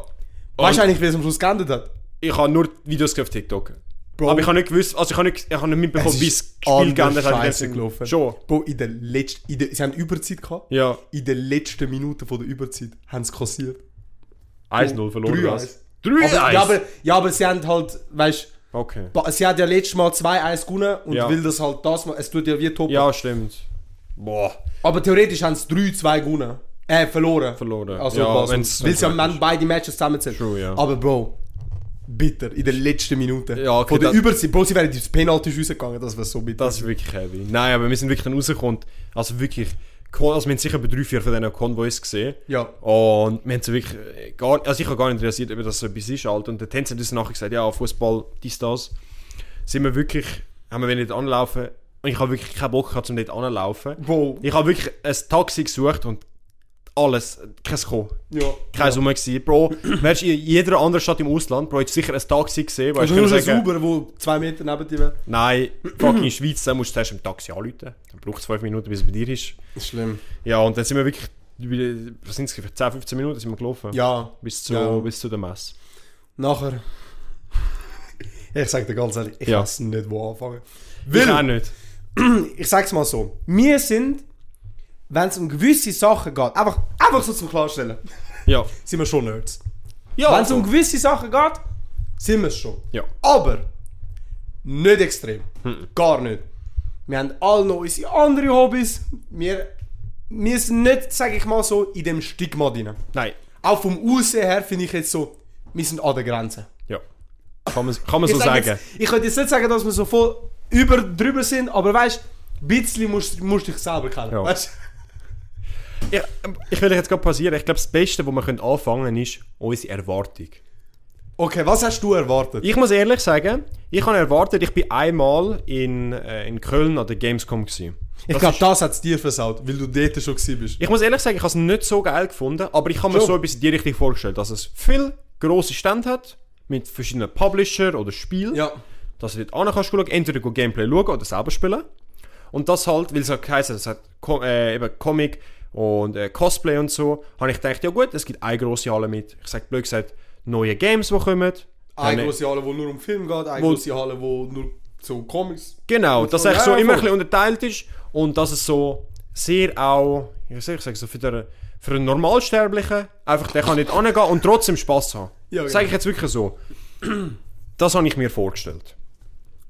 Weißt du
Und
eigentlich, wie es am Schluss geendet hat?
ich habe nur Videos gesehen auf TikTok.
Bro.
Aber ich habe nicht gewusst, also ich habe nicht, ich habe nicht mitbekommen, wie das Spiel
anders
geändert hat.
scheisse gelaufen.
Schon.
Bro, in der letzten, in der, sie haben Überzeit gehabt.
Ja.
In der letzten Minute von der Überzeit haben sie kassiert.
1-0 verloren.
3-1.
was? 3-1?
Aber, ja, aber, ja, aber sie haben halt, weißt
okay.
du, sie hat ja letztes Mal 2-1 gewonnen und
Oh. Ja.
will das halt das mal, es tut ja wie top.
Ja, stimmt. Boah.
Aber theoretisch haben sie 3-2 gewonnen. Äh, verloren.
Verloren.
Also,
Ja,
ja, weil
wenn's-
sie am
wenn's-
Ende beide Matches zusammen sind.
True, ja.
Aber Bro, bitter, in der letzten Minute.
Ja, okay,
Von der
das-
Überzeit, Bro, sie wären ins Penalty rausgegangen, das wäre so bitter.
Das ist wirklich heavy. Nein, aber wir sind wirklich dann rausgekommen. und- Also wirklich. Kon- Also wir haben sicher bei drei, vier von diesen Konvois gesehen.
Ja.
Und wir haben so wirklich äh, gar Also ich habe gar nicht realisiert, ob das so etwas ist. Alter. Und der Tänzer hat uns nachher gesagt, ja, Fußball, dies, das. Sind wir wirklich, haben wir nicht anlaufen. Und ich habe wirklich keinen Bock gehabt, um dort anzulaufen.
Bro,
Ich habe wirklich ein Taxi gesucht und alles, kein Kommen.
ja. Also,
Kein Summe gewesen. Bro, wärst du in jeder anderen Stadt im Ausland, Bro, hättest du sicher ein Taxi gesehen, weil
Hast
ich
du nur
könnte
einen
sagen,
Sauber, der zwei Meter neben dir wäre?
nein, fucking in der Schweiz, dann musst du zuerst im Taxi anrufen. Dann braucht es 5 Minuten, bis es bei dir ist.
Schlimm.
Ja, und dann sind wir wirklich, wie- was sind es, für 10, 15 Minuten sind wir gelaufen.
Ja,
Bis zu,
Ja.
bis zu der Messe.
nachher. Ich sag dir ganz ehrlich, ich
Ja.
weiß nicht, wo anfangen.
Ich auch nicht.
ich sag's mal so, wir sind, wenn es um gewisse Sachen geht, einfach, einfach so zum Klarstellen,
Ja.
sind wir schon Nerds.
Ja.
Wenn es um gewisse Sachen geht, sind wir es schon.
ja.
Aber nicht extrem. Gar nicht. Wir haben alle noch unsere anderen Hobbys. Wir, wir sind nicht, sag ich mal so, in dem Stigma drin.
Nein.
Auch vom Aussehen her finde ich jetzt so, wir sind an der Grenze.
Ja. Kann man, kann man so
Ich sag
sagen.
Jetzt, ich könnte jetzt nicht sagen, dass wir so voll über drüber sind, aber weißt du, ein bisschen musst, musst du dich selber kennen.
Ja.
Weißt?
Ich, ähm, ich will euch jetzt gerade passieren. Ich glaube, das Beste, wo wir können anfangen können, ist unsere Erwartung.
Okay, was hast du erwartet?
Ich muss ehrlich sagen, ich habe erwartet, ich bin einmal in, äh, in Köln an der Gamescom gewesen.
Ich glaube, das hat es dir versaut, weil du dort schon gewesen bist.
Ich muss ehrlich sagen, ich habe es nicht so geil gefunden, aber ich habe mir
Schon.
so etwas in die Richtung vorgestellt, dass es viel grosse Stände hat, mit verschiedenen Publisher oder Spielen,
Ja.
dass du dort hin kannst schauen, entweder go Gameplay schauen oder selber spielen. Und das halt, weil es halt heisst, es hat Co äh, eben Comic und äh, Cosplay und so, habe ich gedacht, ja gut, es gibt eine grosse Halle mit, ich sage blöd gesagt, neue Games, die kommen.
Eine
Dann-
große Halle, wo nur um Film geht, eine
Wo-
große Halle, wo nur so Comics.
Genau, dass
so-
er so
ja,
immer ein
voll.
bisschen unterteilt ist und dass es so sehr auch, ich sag, ich sag so für, den, für einen Normalsterblichen, einfach der kann nicht angehen und trotzdem Spaß haben.
Ja,
Sage
genau.
ich jetzt wirklich so. Das habe ich mir vorgestellt.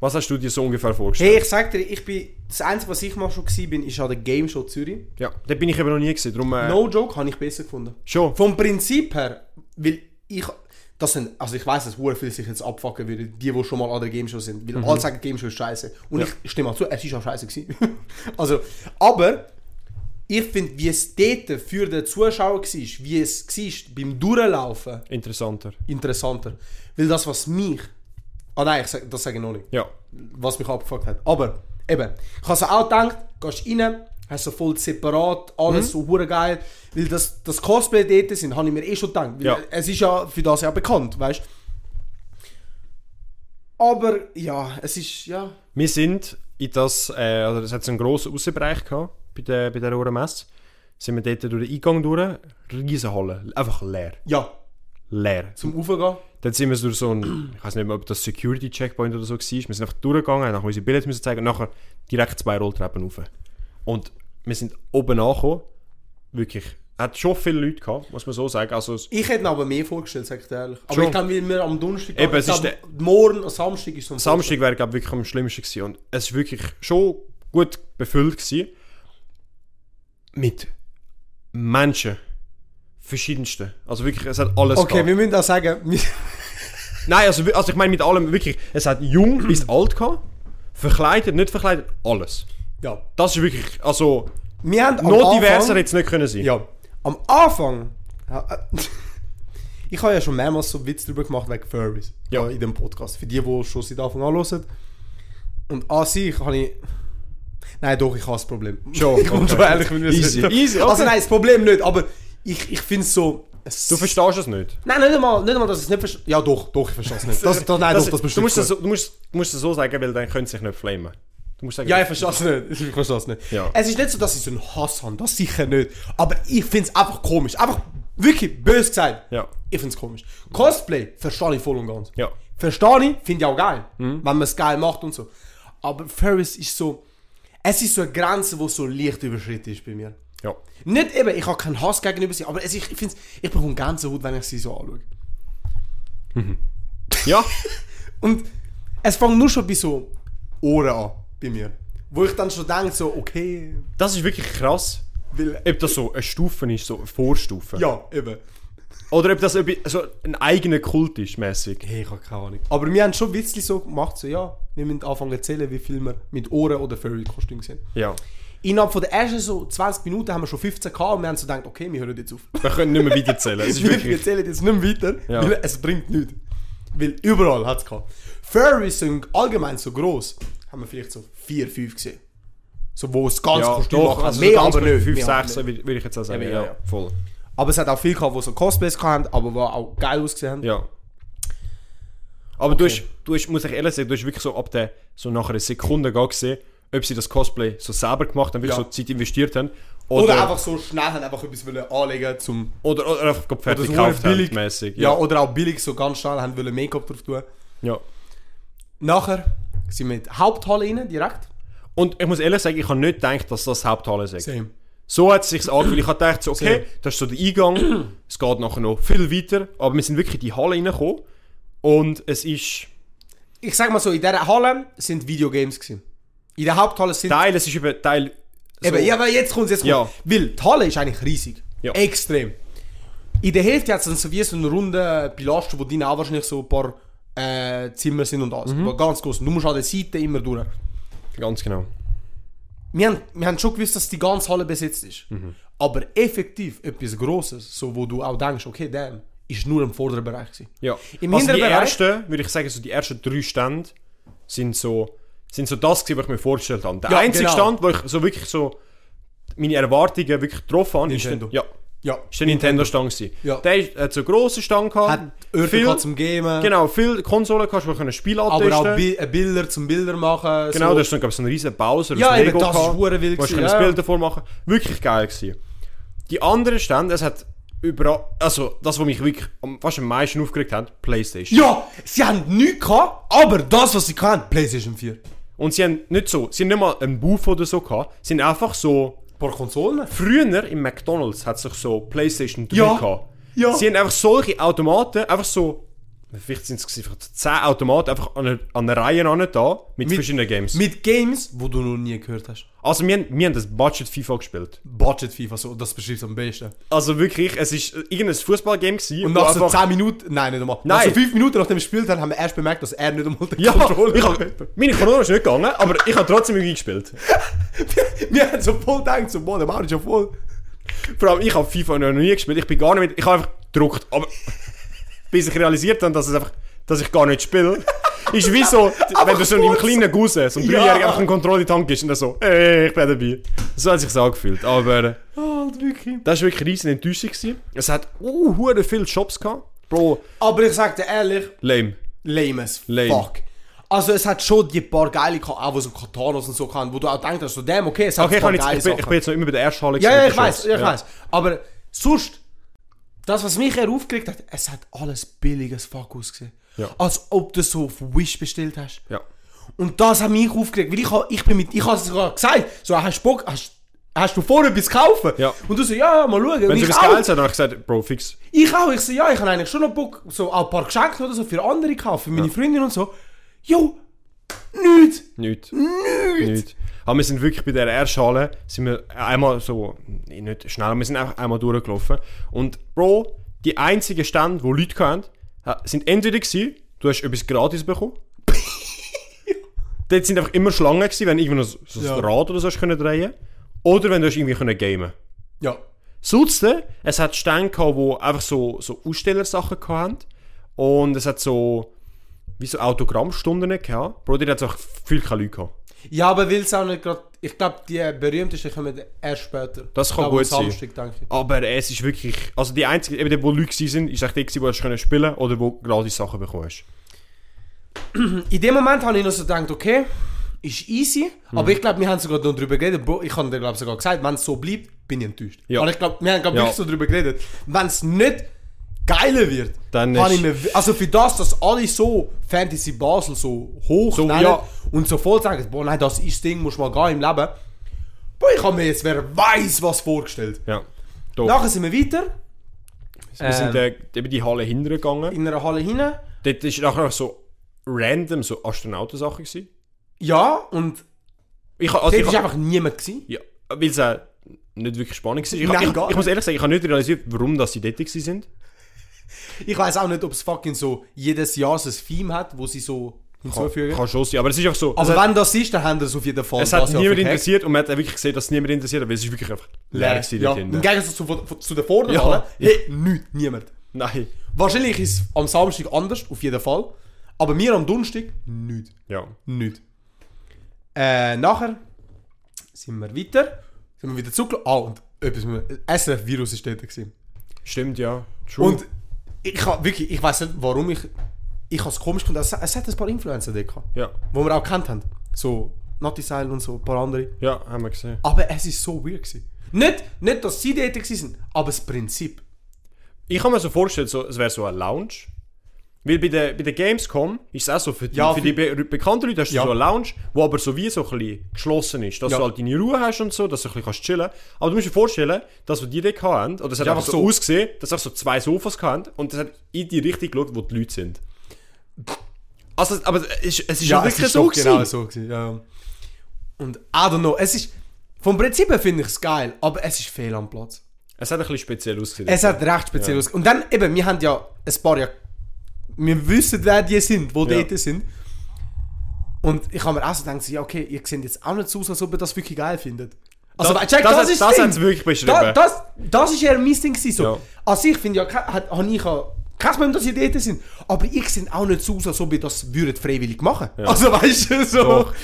Was hast du dir so ungefähr vorgestellt?
Hey, ich sag dir, ich bin, das Einzige, was ich mal schon war, bin, ist an der Game Show Zürich.
Ja, da bin ich eben noch nie gewesen, drum, äh,
No joke, habe ich besser gefunden.
Schon.
Vom Prinzip her, weil ich. Das sind, also ich weiß, dass hure viele sich jetzt abfucken würden, die, die schon mal an der Game Show sind. Weil alle sagen, Game Show ist scheiße. Und ich stimme auch zu, es ist auch scheiße gewesen. also, aber ich finde, wie es dort für den Zuschauer war, wie es war beim Durchlaufen,
Interessanter.
interessanter. Weil das, was mich. Ah nein, ich sag, das sage ich noch nicht
Ja.
was mich abgefuckt hat. Aber eben, ich habe auch gedacht, gehst rein, hast so voll separat,
Mhm.
alles so hure geil, weil das, das Cosplay dort sind, habe ich mir eh schon gedacht, weil
Ja.
es ist ja für das ja bekannt, weißt? Aber ja, es ist ja
Wir sind in das, äh, also es hat so einen grossen Außenbereich gehabt, bei der, bei der Ohrenmesse. Sind wir dort durch den Eingang durch, Riesenhalle, einfach leer.
ja
Leer.
zum Aufgehen.
Dann sind wir durch so einen, ich weiß nicht mehr, ob das Security-Checkpoint oder so war. Wir sind einfach durchgegangen, haben nachher unsere Bilder müssen zeigen und nachher direkt zwei Rolltreppen rauf. Und wir sind oben angekommen. Wirklich. Hat schon viele Leute gehabt, muss man so sagen. Also, es-
Ich hätte mir aber mehr vorgestellt, sag ich dir ehrlich. Aber
Schon.
ich glaube, weil wir am Donnerstag,
Eben,
ich
es ist
glaube, morgen, am Samstag ist so ein
Samstag wäre, glaube ich, wirklich am schlimmsten gewesen. Und es war wirklich schon gut befüllt gewesen. Mit Menschen. Verschiedensten. Also wirklich, es hat alles
Okay,
gehabt.
wir müssen da sagen, wir-
Nein, also, wi- also ich meine mit allem, wirklich. Es hat jung bis alt gehabt. Verkleidet, nicht verkleidet, alles.
ja,
Das ist wirklich, also...
wir haben am
Noch diverser
Anfang-
hätte es nicht können sein.
Ja, am Anfang. Ja, äh, ich habe ja schon mehrmals so Witz drüber gemacht wegen Furries.
Ja.
Äh, In dem Podcast. Für die, die schon seit Anfang an hören. Und an sich habe ich. Nein, doch, ich habe das Problem.
Schon,
ich bin
okay.
schon ehrlich mit mir
Easy,
selber.
easy, okay.
Also nein, das Problem nicht, aber ich, ich finde es so. Es,
Du verstehst es nicht.
nein, nicht einmal, nicht einmal, dass ich es nicht verstehe. Ja, doch, doch, ich verstehe es nicht. Das, das, nein, doch, das
du,
bestimmt.
musst es so, du, musst, du musst es so sagen, weil dann können sie sich nicht flamen. Du musst sagen,
Ja, ich verstehe es nicht. Ich verstehe es nicht.
Ja.
Es ist nicht so, dass ich so einen Hass habe, das sicher nicht. Aber ich finde es einfach komisch. Einfach wirklich böse gesagt.
Ja.
Ich finde es komisch. Cosplay verstehe ich voll und ganz.
Ja. Mhm.
Verstehe ich, finde ich auch geil. Wenn man es geil macht und so. Aber Ferris ist so. Es ist so eine Grenze, die so leicht überschritten ist bei mir.
ja.
Nicht eben, ich habe keinen Hass gegenüber sie, aber es, ich finde ich bekomme Gänsehaut, wenn ich sie so anschaue.
Ja,
Und es fängt nur schon bei so Ohren an, bei mir. Wo ich dann schon denke, so, okay,
das ist wirklich krass.
weil
Ob das so eine Stufe ist, so eine Vorstufe.
Ja, eben.
Oder ob das etwas- so ein eigener Kult ist, mäßig.
Hey, ich habe keine Ahnung. Aber wir haben schon Witzli so gemacht, so ja, wir müssen anfangen zu zählen, wie viel wir mit Ohren oder Furry-Kostüm sehen.
Ja.
Innerhalb von der ersten so 20 Minuten haben wir schon 15 gehabt und wir haben so gedacht, okay, wir hören jetzt auf.
Wir können nicht mehr weiterzählen. Es ist
wir
wirklich...
zählen jetzt nicht mehr weiter,
Ja.
weil es bringt nichts. Weil überall hat es gehabt. Furries sind allgemein so gross, haben wir vielleicht so 4, 5 gesehen. So, wo es ganz
Ja,
Kostüm
doch,
machen.
also
mehr
ganz
aber nicht.
5,
mehr aber
6
nicht.
würde ich jetzt auch sagen.
Ja,
Ja,
ja, ja.
voll.
Aber es hat auch viel gehabt, die so Cosplays hatten, aber die auch geil ausgesehen haben.
Ja. Aber du hast, du hast, muss ich ehrlich sagen, du hast wirklich so ab der, so nach einer Sekunde gar gesehen, ob sie das Cosplay so selber gemacht haben, wirklich
Ja.
so Zeit investiert haben.
Oder, einfach so schnell haben einfach etwas wollen anlegen zum
Oder, oder einfach gerade fertig
so
gekauft haben,
billig.
mäßig.
Ja, oder auch billig, so ganz schnell haben wollen Make-up drauf tun.
ja.
Nachher sind wir in die Haupthalle rein, direkt.
Und ich muss ehrlich sagen, ich habe nicht gedacht, dass das die Haupthalle sagt.
Same.
So hat es sich angefühlt. Ich habe gedacht, so, okay,
Sehr.
das ist so der Eingang, es geht nachher noch viel weiter, aber wir sind wirklich in die Halle reingekommen und es ist...
Ich sag mal so, in dieser Halle sind Videogames gewesen. In der Haupthalle sind...
Teil, es ist über Teil... So,
Eben, ja, aber jetzt kommt's, jetzt
Ja.
kommt's. Weil die Halle ist eigentlich riesig.
Ja.
Extrem. In der Hälfte hat es dann so wie so einen runden Pilaster, wo drin auch wahrscheinlich so ein paar äh, Zimmer sind und alles.
Mhm.
Aber Ganz groß. Du musst an der Seite immer durch.
Ganz genau.
wir haben, wir haben schon gewusst, dass die ganze Halle besetzt ist. Aber effektiv etwas Grosses, so wo du auch denkst, okay, damn, ist nur im vorderen Bereich. Gewesen.
Ja.
Im
also die
hinteren Bereich-
ersten, würde ich sagen, so die ersten drei Stände sind so, sind so das gewesen, was ich mir vorgestellt habe. Der
Ja,
einzige
genau.
Stand, wo ich so wirklich so meine Erwartungen wirklich getroffen habe,
Nintendo.
ist der, ja,
Ja.
ist der Nintendo-Stand gewesen.
Ja.
Der ist, hat so einen grossen Stand gehabt.
Hat Orte gehabt zum Gamen,
Genau, viele Konsolen kannst du wo du ein Spiel antesten.
aber auch Bi äh, Bilder zum Bilder machen.
Genau,
so.
da ist dann, glaub ich, so ein riesen Bowser aus
Ja, eben,
Lego
das ist
gehabt,
hure wild
Wo ich
gewesen,
ein
ja.
Bild davor machen Wirklich geil gewesen. Die anderen Stände, es hat überall, also das, was mich wirklich am- fast am meisten aufgeregt hat, Playstation.
Ja, sie haben nichts gehabt, aber das, was sie hatten, PlayStation 4. Ein
Und sie haben nicht so, sie haben nicht mal einen Buff oder so gehabt, sie sind einfach so.
paar Konsolen.
Früher im McDonalds hat es doch so PlayStation 3
Ja.
gehabt.
Ja.
Sie haben einfach solche Automaten, einfach so. vielleicht sind es gewesen, vielleicht 10 Automaten einfach an einer, an einer Reihe an da mit,
Mit-
verschiedenen Games.
Mit Games, wo du noch nie gehört hast.
also wir, haben- wir haben das Budget FIFA gespielt.
Budget FIFA, so, das beschreibst du am besten.
Also wirklich, es ist irgendein Fußballgame gewesen.
Und
wo
nach so
einfach-
10 Minuten, nein, nicht einmal. Nach
Nein.
so 5 Minuten, nachdem wir gespielt haben, haben wir erst bemerkt, dass er nicht einmal den
ja,
Controller
ich hab, meine Corona ist nicht gegangen, aber ich habe trotzdem irgendwie gespielt.
Wir haben so voll gedacht, so, boah, der Mann ist ja voll.
Vor allem, ich habe FIFA noch nie gespielt. Ich bin gar nicht mit. Ich habe einfach gedruckt. Aber bis ich realisiert habe, dass, es einfach, dass ich gar nicht spiele, ist wie so, wenn du so einem
kurz.
kleinen Guse, so einem
Ja.
Dreijährigen, einfach einen Controller in die Hand gibst und dann so, ey, ich bin dabei. So hat es sich angefühlt. Aber äh,
Oh, wirklich.
das war wirklich riesen Enttäuschung. gewesen. Es hat uh, hure viele Shops gehabt. Bro,
Aber ich sag dir ehrlich,
lame.
lame as
Lame.
fuck. Also es hat schon die paar geile gehabt, auch wo so Katanas und so kann, wo du auch denkst, so damn, okay, es hat
Okay,
ein
ich,
paar
hab jetzt, ich, bin, ich bin jetzt noch immer bei der ersten Halle
ja, ja,
gewesen,
ich
bei den
weiß,
Shops.
ja, ich weiß. Aber sonst, das, was mich eher aufgeregt hat, es hat alles billiges Fuck ausgesehen.
Ja.
Als ob du so auf Wish bestellt hast.
Ja.
Und das hat mich aufgeregt, weil ich, ha- ich bin mit, ich habe es sogar gesagt, so, hast du Bock, hast, hast du vorher etwas kaufen?
Ja.
Und du so, ja, ja, mal schauen. Und
Wenn sie
ich
was
auch.
Geiles hat, dann habe ich gesagt, Bro, fix.
Ich auch, ich so, ja, ich habe eigentlich schon noch Bock, so auch ein paar Geschenke oder so für andere kaufen, für meine Freundin und so. Jo, nüt,
Nicht.
nüt.
Nicht. Aber wir sind wirklich bei der ersten Halle, sind wir einmal so, nee, nicht schnell, aber wir sind einfach einmal durchgelaufen. Und Bro, die einzigen Stände, wo Leute hatten, sind entweder gewesen, du hast etwas gratis bekommen. Dort sind einfach immer Schlangen gewesen, wenn du irgendwo so so ein
Ja.
Rad oder so hast können drehen Oder wenn du hast irgendwie können gamen
Ja.
Sonst, äh, es hat Stände gehabt, die einfach so, so Ausstellersachen hatten. Und es hat so, wie so Autogrammstunden gehabt. Bro, dort hat es einfach viel keine Leute gehabt.
Ja, aber will es auch nicht gerade. Ich glaube, die berühmtesten kommen erst später.
Das
Ich
kann
glaub,
gut
am
sein.
Samstag, denke ich.
Aber es ist wirklich. Also die einzige, eben die, wo Leute waren, ist echt die, gewesen, wo du hast spielen können oder wo du gratis Sachen bekommst.
In dem Moment habe ich noch so gedacht, okay, ist easy.
Mhm.
Aber ich glaube, wir haben sogar noch drüber geredet. Bro, ich habe dir glaube sogar gesagt, wenn es so bleibt, bin ich enttäuscht.
Ja.
Aber ich glaube, wir haben glaub,
Ja.
wirklich so drüber geredet. Wenn es nicht geiler wird,
Dann
habe
ist-
ich mir. Also für das, dass alle so Fantasy Basel so hoch nennen
ja.
und so voll sagen, boah, nein, das ist das Ding, muss mal gehen im Leben. Boah, ich habe mir jetzt wer weiß was vorgestellt.
Ja. Doch.
Nachher sind wir weiter
wir
Ähm.
sind äh, eben die Halle hintergegangen.
in einer Halle hinein.
Dort war nachher noch so random so Astronautensachen. Gewesen.
Ja, und
Ich, ha- also,
dort
ich,
war
ha-
einfach niemand. Gewesen.
ja, weil es äh, nicht wirklich spannend war. Ich,
Nein,
ich,
gar
ich, muss ehrlich sagen, ich habe nicht realisiert, warum dass sie dort waren.
Ich weiß auch nicht, ob es fucking so jedes Jahr so ein Theme hat, wo sie so hinzufügen.
Kann schon sein, aber es ist einfach so.
aber
es hat,
wenn das ist, dann haben sie es auf jeden Fall.
Also es hat
das Jahr
niemand
verkackt.
interessiert und man hat auch wirklich gesehen, dass es niemand interessiert hat, weil es ist wirklich einfach leer
Leer.
gewesen
Ja.
dort
Im
hinten.
Gegensatz zu, von- zu den vorderen
Ja.
Hallen, hey, nichts, niemand.
Nein.
Wahrscheinlich ist es am Samstag anders, auf jeden Fall. Aber wir am Donnerstag, nichts.
Ja.
Nicht. Äh, nachher sind wir weiter. Sind wir wieder zurückgelaufen. Ah, und etwas mit dem SRF-Virus ist dort. Gewesen.
Stimmt, ja. True.
Und ich habe wirklich, ich weiß nicht, warum ich. Ich habe es komisch gefunden. Es, es hat ein paar Influencer dort gehabt,
ja.
wo wir auch kennt haben. So Nutty Silent und so, ein paar andere.
Ja, haben wir gesehen.
Aber es ist so weird. Gewesen. Nicht, nicht, dass sie dort waren, aber das Prinzip.
Ich kann mir so vorstellen, so, es wäre so ein Lounge. Weil bei der, bei der Gamescom ist es auch so, für die,
Ja,
für
für-
die be bekannten Leute hast du
Ja.
so einen Lounge, wo aber so wie so ein bisschen geschlossen ist. Dass
Ja.
du halt deine Ruhe hast und so, dass du ein bisschen kannst chillen Aber du musst dir vorstellen, dass wir die dort hatten, oder es hat
Ja,
einfach so,
aber so-
ausgesehen, dass es so zwei Sofas hatten und es hat in die Richtung geschaut, wo die Leute sind. Also, aber es, ist- es ist ja, wirklich
es ist
so
doch genau
gewesen.
so. Gewesen, ja. ja. Und I don't know, es ist. Vom Prinzip her finde ich es geil, aber es ist fehl am Platz.
Es hat ein bisschen speziell ausgesehen.
Es hat recht speziell ausge- Und dann eben, wir haben ja ein paar ja. Wir wissen, wer die sind, wo
Ja.
dort sind. Und ich habe mir auch so gedacht, so, ja, okay, ihr seht jetzt auch nicht so aus, als ob ihr das wirklich geil findet. Also,
Das-
check,
das
das,
hat-
ist
das
Ding.
hat's wirklich beschrieben.
Da, das, das ist eher mein Ding. gewesen, So.
Ja.
Also, ich finde ja, ke- hat- habe ich ja kein Problem, dass ihr dort sind. Aber ihr seht auch nicht so aus, als ob ihr das würdet freiwillig machen Also, weißt du, so.
Doch.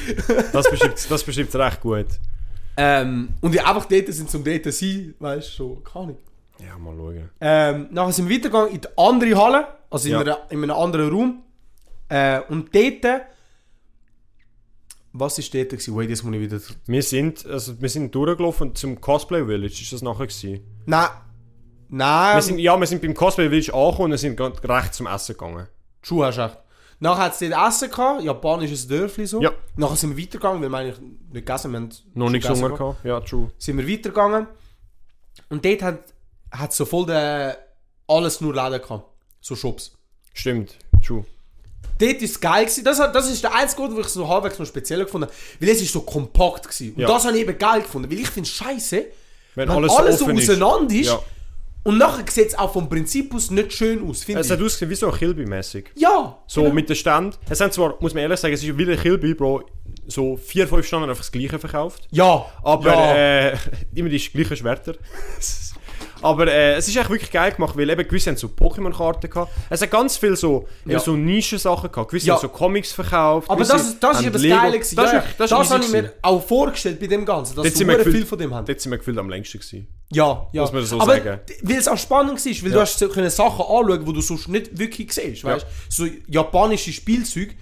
Das beschreibt das beschreibt's recht gut.
Ähm, und ihr einfach dort sind, zum dort zu sein, weißt du, so, keine Ahnung.
Ja, mal schauen.
Ähm, nachher sind wir weitergegangen in die andere Halle, also in,
Ja.
einer, in einem anderen Raum. Äh, und dort. Was war dort? Gewesen? Wait, jetzt muss ich wieder. zurück.
Wir sind, also wir sind durchgelaufen zum Cosplay Village, ist das nachher gewesen.
Nein. Nein.
Wir sind, ja, wir sind beim Cosplay Village angekommen und sind gerade recht zum Essen gegangen.
True, hast recht. Nachher hat es dort Essen gehabt, japanisches Dörfli so.
Ja.
Nachher sind wir weitergegangen, weil wir eigentlich nicht gegessen haben. wir haben.
Noch
schon
nichts
gegessen
Hunger gehabt. Ja, true.
Sind wir weitergegangen. Und dort hat es so voll den, alles nur Läden gehabt. So Shops.
Stimmt. True.
Dort war es geil. Gewesen. Das, hat- das ist der einzige Grund, wo ich es so halbwegs noch speziell gefunden habe. Weil es ist so kompakt war. Und
Ja.
das habe ich eben geil gefunden. Weil ich finde es scheiße,
Wenn
wenn alles,
alles so
so
offen ist.
auseinander ist.
Ja.
Und nachher sieht es auch vom Prinzip aus nicht schön aus, finde
Es
ich.
hat ausgesehen wie so Kilby-mäßig.
ja!
Also, So mit den Ständen. Es sind zwar, muss man ehrlich sagen, es ist wie der Kilby, Bro, so vier, fünf Ständen einfach das Gleiche verkauft.
Ja!
Aber
ja.
äh, immer die gleichen Schwerter. Aber äh, es ist echt wirklich geil gemacht, weil eben gewisse haben so Pokémon-Karten gehabt. Es hat ganz viel so, eben
Ja.
so Nischen-Sachen gehabt. Gewisse
Ja.
haben so Comics verkauft.
Aber
gewisse
das, ist- das ist
haben
eben das
Lego-
Geile gewesen.
Das, ist
ja,
wirklich- das,
das,
ist
habe ich
easy
mir
gewesen.
auch vorgestellt bei dem Ganzen, dass
Dort
sie
sind wir gefühlt-
viel von dem haben.
Dort sind wir gefühlt am längsten gewesen.
Ja, ja.
Muss man so
aber
sagen.
Weil es auch spannend war, weil du hast so können Sachen anschauen, die du sonst nicht wirklich siehst. Weißt? So japanische Spielzeuge,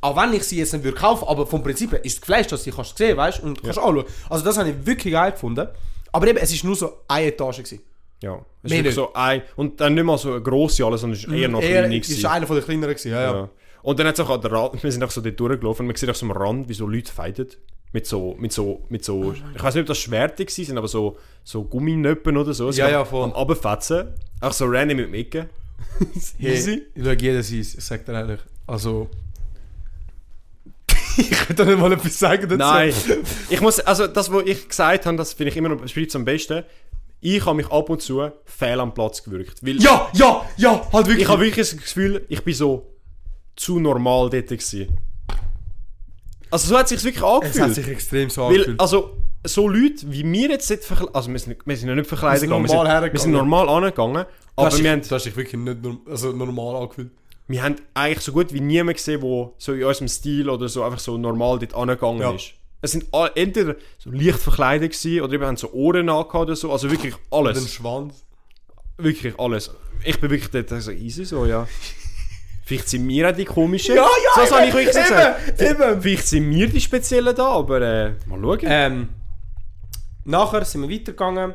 auch wenn ich sie jetzt nicht würde kaufen, aber vom Prinzip her ist es geflasht, dass du sie kannst sehen weißt, und kannst anschauen. Also das habe ich wirklich geil gefunden. Aber eben, es war nur so eine Etage. Gewesen.
Ja. Es ist
Mehr
wirklich
nicht.
so ein, und dann nicht mal so eine grosse alles, sondern es ist eher noch
Er
klein.
ist
gewesen.
einer von den kleineren. Gewesen. Ja, ja.
Ja. Und dann hat es auch an der Rand, wir sind auch so dort durchgelaufen und man sieht auch so am Rand, wie so Leute fighten. Mit so, mit so, mit
Oh
so, ich weiß nicht, ob das Schwerter gewesen sind, aber so, so Gumminöppen oder so. Sie
Ja,
haben
ja, voll.
Am Abfetzen. Auch so random mit Micken.
Hey,
Easy.
Ich schaue jedes Eis, ich sag dir ehrlich. Also. ich könnte nicht mal etwas sagen dazu.
Nein. ich muss, also das, was ich gesagt habe, das finde ich immer noch, schreibt am besten. Ich habe mich ab und zu fehl am Platz gewirkt. Weil
Ja, ja, ja, halt wirklich.
ich habe wirklich das Gefühl, ich bin so zu normal dort gewesen. Also so hat es sich wirklich angefühlt.
es hat sich extrem so
Weil,
angefühlt.
also, so Leute wie wir jetzt nicht verkleidet, also wir sind, wir sind ja nicht verkleidet
Wir sind
gegangen, wir
normal
sind,
hergegangen.
wir sind normal angegangen, aber
du
wir haben,
hast, dich- du hast dich wirklich nicht norm also normal angefühlt.
wir haben eigentlich so gut wie niemanden gesehen, der so in unserem Stil oder so einfach so normal dort angegangen
Ja.
ist. Es sind all, entweder so leicht verkleidet gewesen, oder eben haben so Ohren angehabt oder so, also wirklich
Den
alles,
Schwanz.
wirklich alles. Ich bin wirklich dort so easy so, ja. Vielleicht sind wir auch die komischen.
Ja, ja,
so, das habe ich
eben,
wirklich
eben,
gesagt.
eben.
Vielleicht sind wir die Speziellen da, aber äh, mal schauen.
Ähm, nachher sind wir weitergegangen.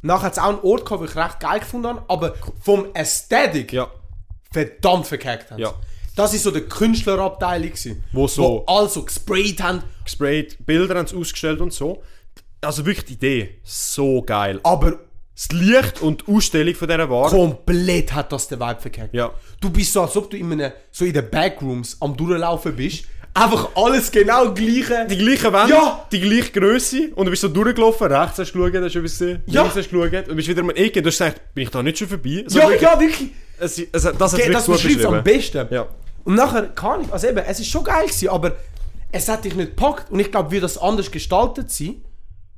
Nachher hat es auch einen Ort gehabt, den ich recht geil gefunden habe, aber vom Ästhetik
Ja.
verdammt verkackt haben.
Ja.
Das war so der Künstlerabteilung. Gewesen,
Wo so-
Wo alle so gesprayt haben.
gesprayt, Bilder haben sie ausgestellt und so. Also wirklich die Idee, so geil.
Aber
Das Licht und die Ausstellung von dieser Ware.
komplett hat das den Vibe verkackt.
Ja.
Du bist so, als ob du in, einem, so in den Backrooms am durchlaufen bist. Einfach alles genau gleiche.
Die gleiche Wand,
Ja!
die gleiche Größe und du bist so durchgelaufen, rechts hast du geschaut, hast du etwas gesehen,
Ja!
links hast du geschaut und bist wieder mal Ecke. Du hast gesagt, bin ich da nicht schon vorbei? So
ja,
wirklich,
ja, wirklich.
Es, es, das hat
Ge-
wirklich
das
gut
beschreibt es am
beschrieben.
besten.
Ja.
Und nachher, keine Ahnung, also eben, es ist schon geil gewesen, aber es hat dich nicht gepackt. Und ich glaube, würde das anders gestaltet sein,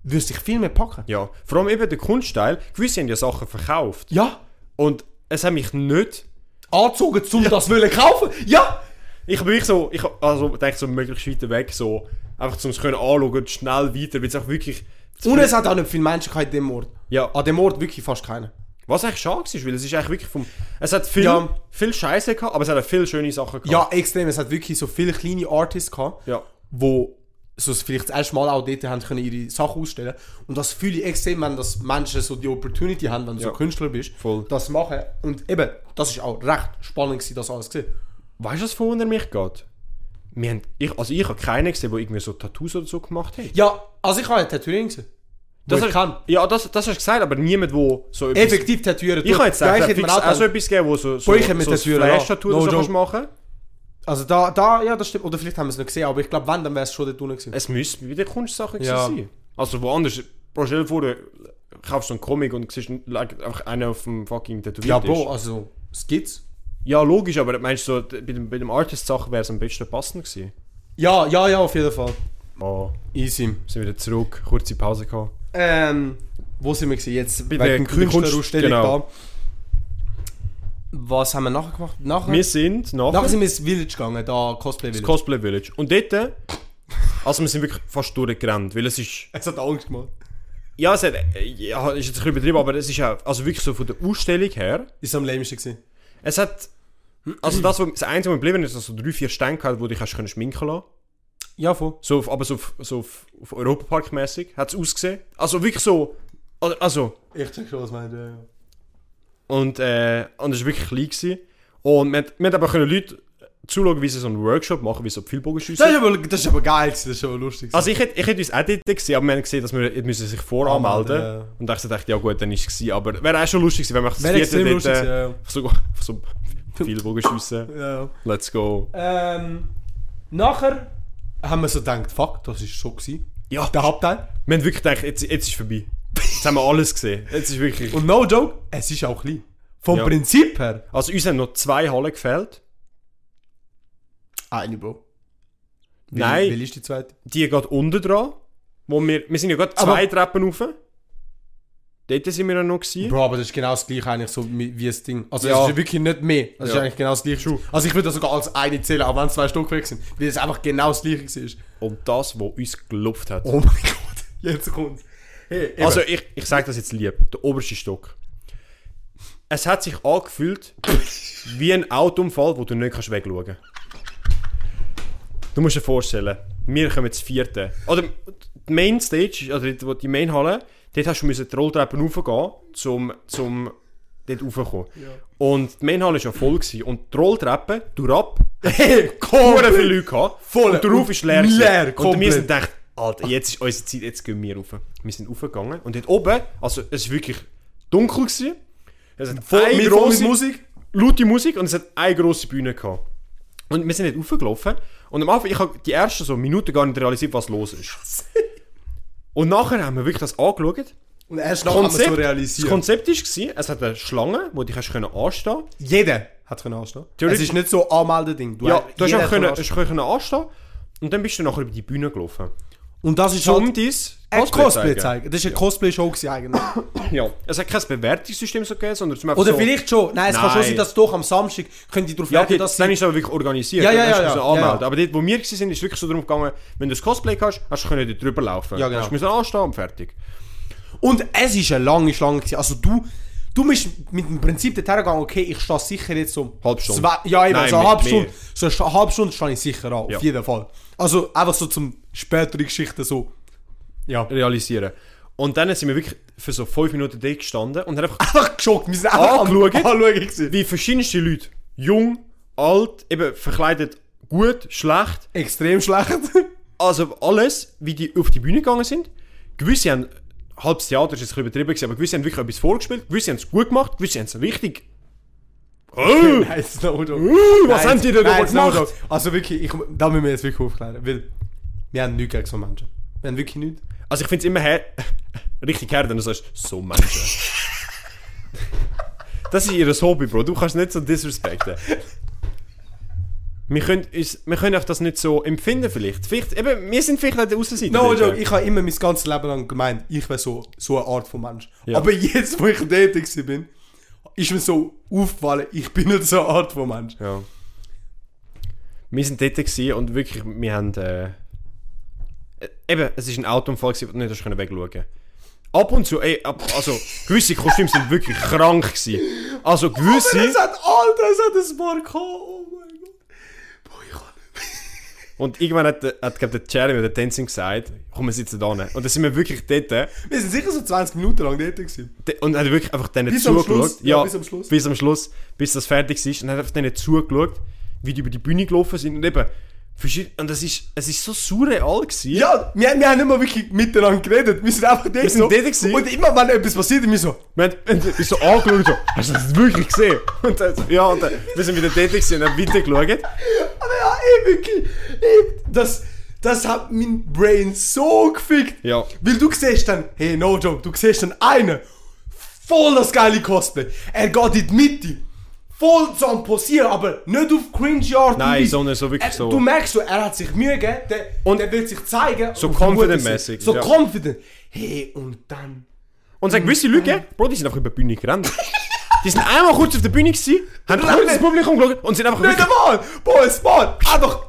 würde es dich viel mehr packen.
Ja, vor allem eben der Kunstteil. Gewisse haben ja Sachen verkauft
Ja.
und es hat mich nicht...
Angezogen, um das wollen kaufen. Ja.
Ich bin wirklich so, ich also denke so möglichst weit weg, so einfach um es können anschauen und schnell weiter, weil es auch wirklich...
Und es hat auch nicht viele Menschen gehabt in dem Ort.
Ja.
An dem Ort wirklich fast keiner.
Was eigentlich schade war, weil es ist eigentlich wirklich vom... Es hat viel,
Ja.
viel Scheiße gehabt, aber es hat auch viele schöne Sachen gehabt.
Ja, extrem. Es hat wirklich so viele kleine Artists gehabt,
Ja.
wo so es vielleicht das erste Mal auch dort haben können ihre Sachen ausstellen. Und das fühle ich extrem, wenn das Menschen so die Opportunity haben, wenn du
Ja.
so Künstler bist,
Voll.
das machen. Und eben, das ist auch recht spannend gewesen, das alles zu sehen.
Weißt du, was von unter mich geht? Wir haben, ich, also ich habe keinen gesehen, der irgendwie so Tattoos oder so gemacht hat.
Ja, also ich habe eine Tätowierung gesehen. Das ich
hast-
kann.
Ja, das, das hast du gesagt, aber niemand, der so etwas...
Effektiv tätowieren.
Ich habe jetzt gesagt,
da,
ich
hätte
hätte
mir auch
auch also- so
gedacht.
etwas gegeben, wo so, so,
Boah, ich hätte mir
so
das früher
Flash-Tattoo
auch.
oder
No
so kannst
joke.
machen
Also da, da, ja, das stimmt. Oder vielleicht haben wir es noch gesehen, aber ich glaube, wenn, dann wäre es schon dort unten gewesen.
Es müsste wieder Kunstsache
Ja.
sein. Also woanders... Bro, stell dir vor, du kaufst so einen Comic und siehst like, einfach einen auf dem fucking Tätowiert
Ja,
ist.
Bro, also, es gibt's.
Ja, logisch, aber meinst du, so, d- bei dem, bei dem Artist-Sache wäre es am besten passend gewesen?
Ja, ja, ja, auf jeden Fall.
Oh,
Easy.
sind wieder zurück, kurze Pause gehabt.
Ähm, wo sind wir gewesen? jetzt?
Bei
Bei wegen
der- bei der
Künstlerausstellung
Kunst- genau.
da. Was haben wir nachher gemacht? Nachher,
Wir sind nachher
nachher
ins
sind wir ins Village gegangen, da Cosplay Village.
Cosplay Village. Und dort, äh, also wir sind wirklich fast durchgerannt, weil es ist,
es hat Angst gemacht.
ja, es hat, äh, ja, ist jetzt ein bisschen übertrieben, aber es ist auch, also wirklich so von der Ausstellung her,
Ist am lämsten gewesen.
es hat, also das, was, das Einzige, was mir geblieben ist, dass so drei, vier Stände hat, wo du dich hast können schminken lassen.
Ja, voll.
So, auf- aber so, auf- so auf, auf Europapark mäßig hat es ausgesehen. Also wirklich so, also,
Ich check schon, was meinst du. Ja, ja.
Und, äh, und es war wirklich klein. Gewesen. Und wir, wir haben aber können Leute zuschauen, wie sie so einen Workshop machen, wie so
Das, ist
Pfeilbogenschüsse.
aber, das ist aber geil, gewesen, das ist aber lustig.
Also ich hätte, ich hätte uns auch dort gesehen, aber wir haben gesehen, dass wir jetzt müssen sich voranmelden
Anmelden, ja.
Und dann dachte ich, ja gut, dann ist es gewesen. Aber wäre auch schon lustig gewesen, wenn wir das
Wäre
vierte
extrem
dort
lustig
äh,
gewesen, ja, ja.
auf so, auf so Viel Bogenschüsse.
Ja.
Let's go.
Ähm, nachher haben wir so gedacht, fuck, das ist schon gewesen.
Ja,
Der Hauptteil.
wir haben wirklich gedacht, jetzt, jetzt ist vorbei. Jetzt haben wir alles gesehen. Jetzt ist wirklich...
Und no joke, es ist auch klein. Vom
Ja.
Prinzip her.
Also uns haben noch zwei Hallen gefehlt.
Eine, Bro. Wie,
Nein.
Wie ist die zweite?
die geht unten dran. Wo wir, wir sind ja gerade zwei
Aber-
Treppen rauf. Dort sind wir ja noch gewesen.
Bro, aber das ist genau das gleiche eigentlich so wie wie das Ding. Also
Ja.
es ist wirklich nicht mehr. Das ist
Ja.
eigentlich genau das gleiche. Also ich würde das sogar als eine zählen, auch wenn es zwei Stück weg sind. Weil es einfach genau das gleiche war.
Und das, was uns gelupft hat.
Oh mein Gott, jetzt kommt's. Hey, eben.
also ich, ich sage das jetzt lieb, der oberste Stock. Es hat sich angefühlt wie ein Autounfall, wo du nicht kannst wegschauen kannst. Du musst dir vorstellen, wir kommen jetzt vierte. Oder die Main Stage, also dort, wo die Main Halle, dort hast du müssen die Rolltreppen raufgehen, zum, zum dort raufzukommen. Und die Main Halle war ja voll gewesen. und die Rolltreppe, durch ab,
hey, komm!
Huren viele Leute gehabt.
Voll.
Und der Ruf ist leer. gewesen. Und
Leer,
wir
komplett.
sind gedacht, Alter, jetzt ist unsere Zeit, jetzt gehen wir rauf. Wir sind raufgegangen. Und dort oben, also es war wirklich dunkel. Gewesen. Es hat
Voll,
eine
mit
grosse,
Musik.
laute Musik und es hat eine grosse Bühne gehabt. Und wir sind nicht raufgelaufen. Und am Anfang, ich habe die ersten so Minuten gar nicht realisiert, was los ist. Und nachher haben wir wirklich das angeschaut.
Und erst nachher haben wir so
das
realisiert.
Konzept war, es hat eine Schlange, wo du dich hast können anstehen konntest.
Jeder hat können anstehen. Es
Theoretisch-
ist nicht so Anmeldeding. Du
Ja, du hast
jeder
einfach können,
anstehen.
hast können anstehen und dann bist du nachher über die Bühne gelaufen.
Und das ist
Zum
halt
dies
ein Cosplay zeigen. Das ist eine Cosplay-Show gewesen eigentlich.
Ja. Es hat kein Bewertungssystem so gegeben, sondern zum
Oder
so,
vielleicht schon. Nein, es kann schon
Nein.
sein, dass doch am Samstag könnt ihr darauf
Ja,
werten,
okay,
dass
dann
sie-
ist es aber wirklich organisiert.
Ja,
dann
ja,
hast
ja,
du
ja.
müssen anmelden.
Ja, ja.
Aber dort, wo wir waren, ist es wirklich so darum gegangen, wenn du das Cosplay hast, hast du können dort drüber laufen.
Ja, genau.
Hast du müssen anstehen und fertig.
Und es ist eine lange Schlange. Gewesen. Also du, du bist mit dem Prinzip dorthin gegangen, okay, ich stehe sicher jetzt um
Halb Stunde.
Zwei, ja, eben,
Nein,
so
mit
eine halbe
mehr.
Stunde. So eine Sch- halbe Stunde stehe ich sicher an,
Ja.
auf jeden Fall. Also einfach so zum späteren Geschichten so. Ja.
Realisieren. Und dann sind wir wirklich für so fünf Minuten dort gestanden und haben einfach
Einfach geschockt, wir sind einfach
Angeschaut.
am Anschauen gewesen.
wie verschiedenste Leute, jung, alt, eben verkleidet, gut, schlecht,
Extrem schlecht.
also alles, wie die auf die Bühne gegangen sind. Gewisse haben, halbes Theater ist jetzt ein bisschen übertrieben, gewesen, aber gewisse haben wirklich etwas vorgespielt, gewisse haben es gut gemacht, gewisse haben es richtig. Oh,
Nein, Snowdog.
was haben die denn da gemacht?
Also wirklich, ich, da müssen wir jetzt wirklich aufklären, weil wir haben nichts gegen so Menschen. Wir haben wirklich nichts.
Also ich finde es immer her richtig her, wenn du sagst, so Menschen. das ist ihr Hobby, Bro. Du kannst nicht so disrespekten. Wir können, uns, wir können auch das nicht so empfinden vielleicht. vielleicht eben, wir sind vielleicht an der Aussenseite.
No
dort, ja.
joke, ich habe immer mein ganzes Leben lang gemeint, ich wäre so, so eine Art von Mensch.
Ja.
Aber jetzt, wo ich dort gewesen bin, ist mir so aufgefallen, ich bin nicht so eine Art von Mensch.
Ja. Wir sind dort gewesen und wirklich, wir haben. Äh, äh, eben, es war ein Autounfall, gewesen, wo du nicht hast können wegschauen Ab und zu, ey, ab, also, gewisse Kostüme sind wirklich krank gewesen. Also, gewisse.
Es hat, Alter, es hat ein paar gehabt, oh mein Gott. Boah, ich kann nicht.
Und irgendwann hat, der- hat glaub, der Jeremy oder der Tenzin gesagt, komm, wir sitzen da hin. Und dann sind wir wirklich dort. äh,
Wir sind sicher so 20 Minuten lang dort gewesen.
de- Und hat wirklich einfach denen
Bis am
zugeschaut.
Schluss, ja, bis am Schluss.
Bis am Schluss, bis das fertig ist. Und hat einfach denen zugeschaut, wie die über die Bühne gelaufen sind. Und eben, verschied- und es ist, es ist so surreal gewesen.
Ja, wir, wir haben nicht mal wirklich miteinander geredet, wir sind einfach dort
sind dort gewesen.
Und immer, wenn etwas passiert, wir so,
Wir haben uns so angeschaut, so, hast du das wirklich gesehen? Und dann, so, ja, und dann, wir sind wieder tätig gewesen und haben weitergeschaut.
aber ja, ey, wirklich, ey, das, das hat mein Brain so gefickt.
Ja.
Weil du siehst dann, hey, no joke, du siehst dann einen, voll das geile Cosplay. Er geht in die Mitte, voll so am Posieren, aber nicht auf cringe Art und
Nein,
Weise.
sondern so wirklich
er,
so.
Du merkst so, er hat sich Mühe gegeben, der,
Und-
und er will sich zeigen.
So
und gut
confident-mäßig,
sein. So
ja.
confident. Hey, und dann...
Und sagen, gewisse Leute, gell? Bro, die sind einfach über die Bühne gerannt. Die sind einmal kurz auf der Bühne gewesen, haben kurz ins Publikum geschaut und sind einfach
Nicht
wirklich...
einmal! Boah, es war einfach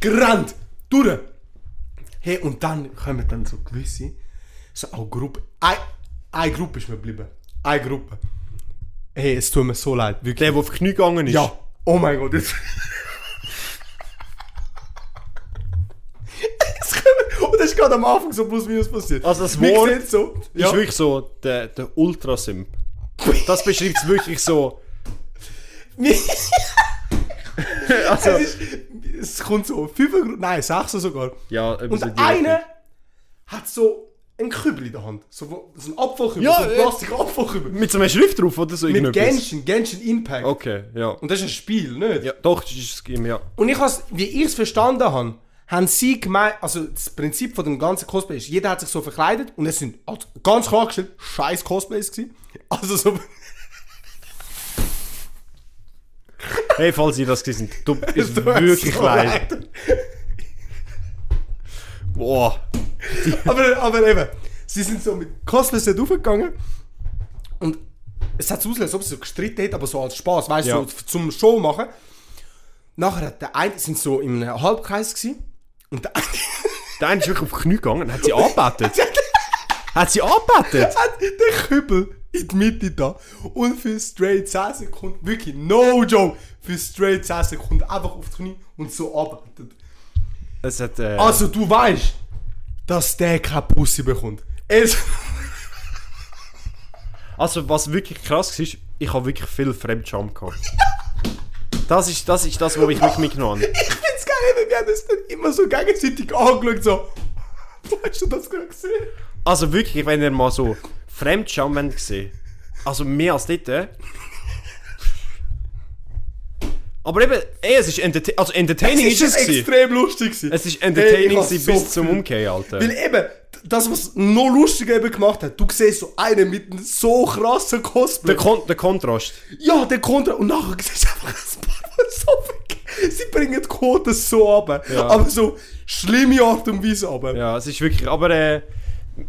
gerannt! Durch! Hey, und dann kommen dann so gewisse, so auch Gruppe. Ein- Eine Gruppe ist mir geblieben. Eine Gruppe. Hey, es tut mir so leid, wirklich.
Der, der auf die Knie gegangen ist.
Ja, oh mein Gott, jetzt. Es kommen- und das ist gerade am Anfang so plus minus passiert.
Also das
Wir
Wort
sehen es so.
Ist wirklich so der, der Ultrasimp. Das beschreibt es wirklich so.
also, es, ist, es kommt so fünf, nein, sechs sogar.
Ja, eben
Und
so die
einer
Richtung.
hat so einen Kübel in der Hand. So, wo- so ein Abfallkübel,
Ja,
so ein
äh,
Plastikabfallkübel.
Mit so einer Schrift drauf oder so
Mit
irgendetwas?
Genshin, Genshin Impact.
Okay, ja.
Und das ist ein Spiel, nicht?
Ja, doch, das ist das Game, ja.
Und ich has, wie ich es verstanden habe, haben sie gemeint, also das Prinzip von dem ganzen Cosplay ist, jeder hat sich so verkleidet und es sind also ganz klar gestellt, scheiß Cosplays gewesen. Also so,
Hey, falls ihr das gesehen habt, du bist
Du hast
wirklich
so
leid. Boah.
aber, aber eben, sie sind so mit Cosplays nicht aufgegangen und es hat so ausgesehen, als ob sie so gestritten hätten, aber so als Spaß, weißt du,
Ja.
so f- zum Show machen. Nachher hat der eine, sind so in einem Halbkreis gewesen und der eine
Der eine ist wirklich auf die Knie gegangen und hat sie angebetet. hat sie angebetet?
hat den Kübel in die Mitte da und für straight 10 Sekunden, wirklich no joke, für straight 10 Sekunden einfach auf die Knie und so arbeitet.
Das hat, äh,
Also du weißt, dass der keine Pussy bekommt. Es
also, was wirklich krass war, ich habe wirklich viel Fremdscham gehabt. Das ist das, ist das was ich wirklich mitgenommen habe.
ich find's geil, weil wir haben das dann immer so gegenseitig angeschaut, so. Hast du das gerade gesehen?
Also wirklich, wenn ihr mal so Fremdscham wollt sehen Also mehr als dort, äh. Aber eben, ey, es ist entertain also entertaining ist es gewesen.
extrem lustig gewesen.
Es ist
Ey, ich
entertaining
hab
gewesen
so
bis zum
viel-
Umkehren, Alter.
Weil eben, das was noch lustiger eben gemacht hat, du siehst so einen mit einem so krassen Cosplay.
Der, Kon der Kontrast.
Ja, der Kontra. Und nachher siehst du einfach ein paar Mal so weg. Sie bringen die Quote so runter.
Ja.
Aber so schlimme Art und Weise runter.
Ja, es ist wirklich, aber äh,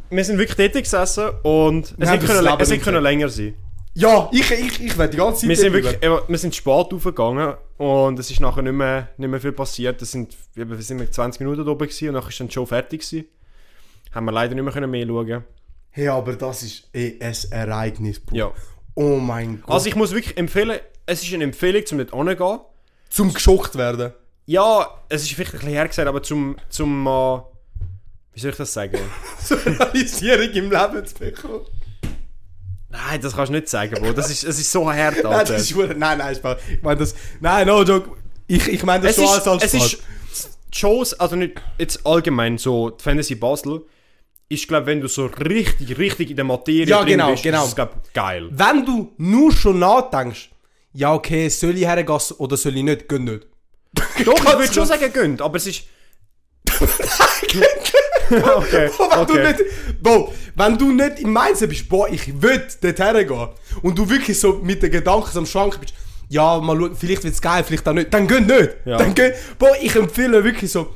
wir sind wirklich tätig gesessen und es
haben
hätte
das
können,
Leben
es hätte
nicht
können länger sein.
Ja, ich, ich, ich werde die ganze Zeit.
Wir sind
darüber.
wirklich, äh, wir sind spät aufgegangen und es ist nachher nicht mehr, nicht mehr viel passiert. Es sind, eben, wir sind mit 20 Minuten da oben gewesen und nachher ist dann die Show fertig gewesen. Haben wir leider nicht mehr können mehr schauen.
Hey, aber das ist eh ein Ereignis. Bro.
Ja.
Oh mein Gott.
Also ich muss wirklich empfehlen, es ist eine Empfehlung, um dort hinzugehen.
zum geschockt werden.
Ja, es ist vielleicht ein bisschen hergesagt, aber zum, zum mal, wie soll ich das sagen?
So Realisierung im Leben zu bekommen.
Nein, das kannst du nicht sagen, Bro. Das ist, es ist so hart, Alter.
Nein, das ist hure- Nein, nein, Spaß. Ich meine das. Nein, no joke. Ich, ich meine das
es
schon
ist,
als, als
es ist Shows, also nicht jetzt allgemein so die Fantasy Basel, ist glaube wenn du so richtig, richtig in der Materie
Ja,
drin
genau,
bist,
genau.
ist es glaube geil.
Wenn du nur schon nachdenkst, ja okay, soll ich hergehen oder soll ich nicht, geh nicht.
Doch, ich würde schon sagen gönnt, aber es ist okay,
Wenn du
okay.
nicht, Bro, wenn du nicht im Mindset bist, boah, ich will dort hergehen und du wirklich so mit den Gedanken so am Schrank bist, ja, mal schauen, vielleicht wird's geil, vielleicht auch nicht, dann geh nicht.
Ja.
Dann geh, boah, ich empfehle wirklich so,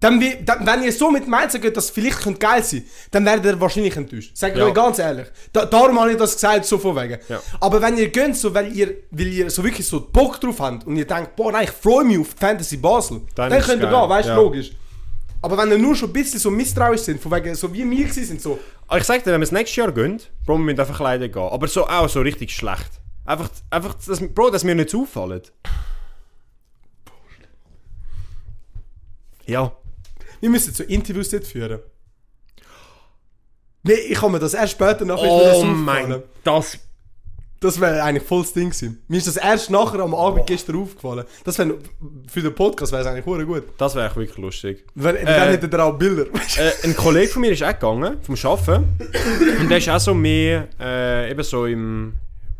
dann, wie- dann, wenn ihr so mit Mindset geht, dass es vielleicht könnte geil sein dann werdet ihr wahrscheinlich enttäuscht. Sag ich
Ja.
euch ganz ehrlich. Da, darum habe ich das gesagt, so von wegen.
Ja.
Aber wenn ihr geht, so, weil ihr, weil ihr so wirklich so Bock drauf habt und ihr denkt, boah, nein, ich freue mich auf Fantasy Basel,
Dann
dann,
ist
könnt ihr
geil,
gehen, weißt du,
ja.
logisch. Aber wenn ihr nur schon ein bisschen so misstrauisch sind, von wegen, so wie wir gewesen sind, so,
Aber ich sag dir, wenn wir es nächstes Jahr gehen, Bro, wir müssen einfach leider gehen, aber so auch so richtig schlecht. Einfach, einfach dass, Bro, dass wir nicht auffallen. Ja.
wir müssen so Interviews dort führen. Nee, ich habe mir das erst später nachher ist mir das
Oh
aufgefallen.
mein, das
Das wäre eigentlich voll das Ding gewesen. Mir ist das erst nachher am Abend gestern aufgefallen. Das wäre, für den Podcast wäre es eigentlich hure gut.
das wäre echt wirklich lustig.
Wenn, dann hättet ihr auch Bilder.
äh, ein Kollege von mir ist auch gegangen, vom Arbeiten. Und der ist auch so mehr, äh, eben so im,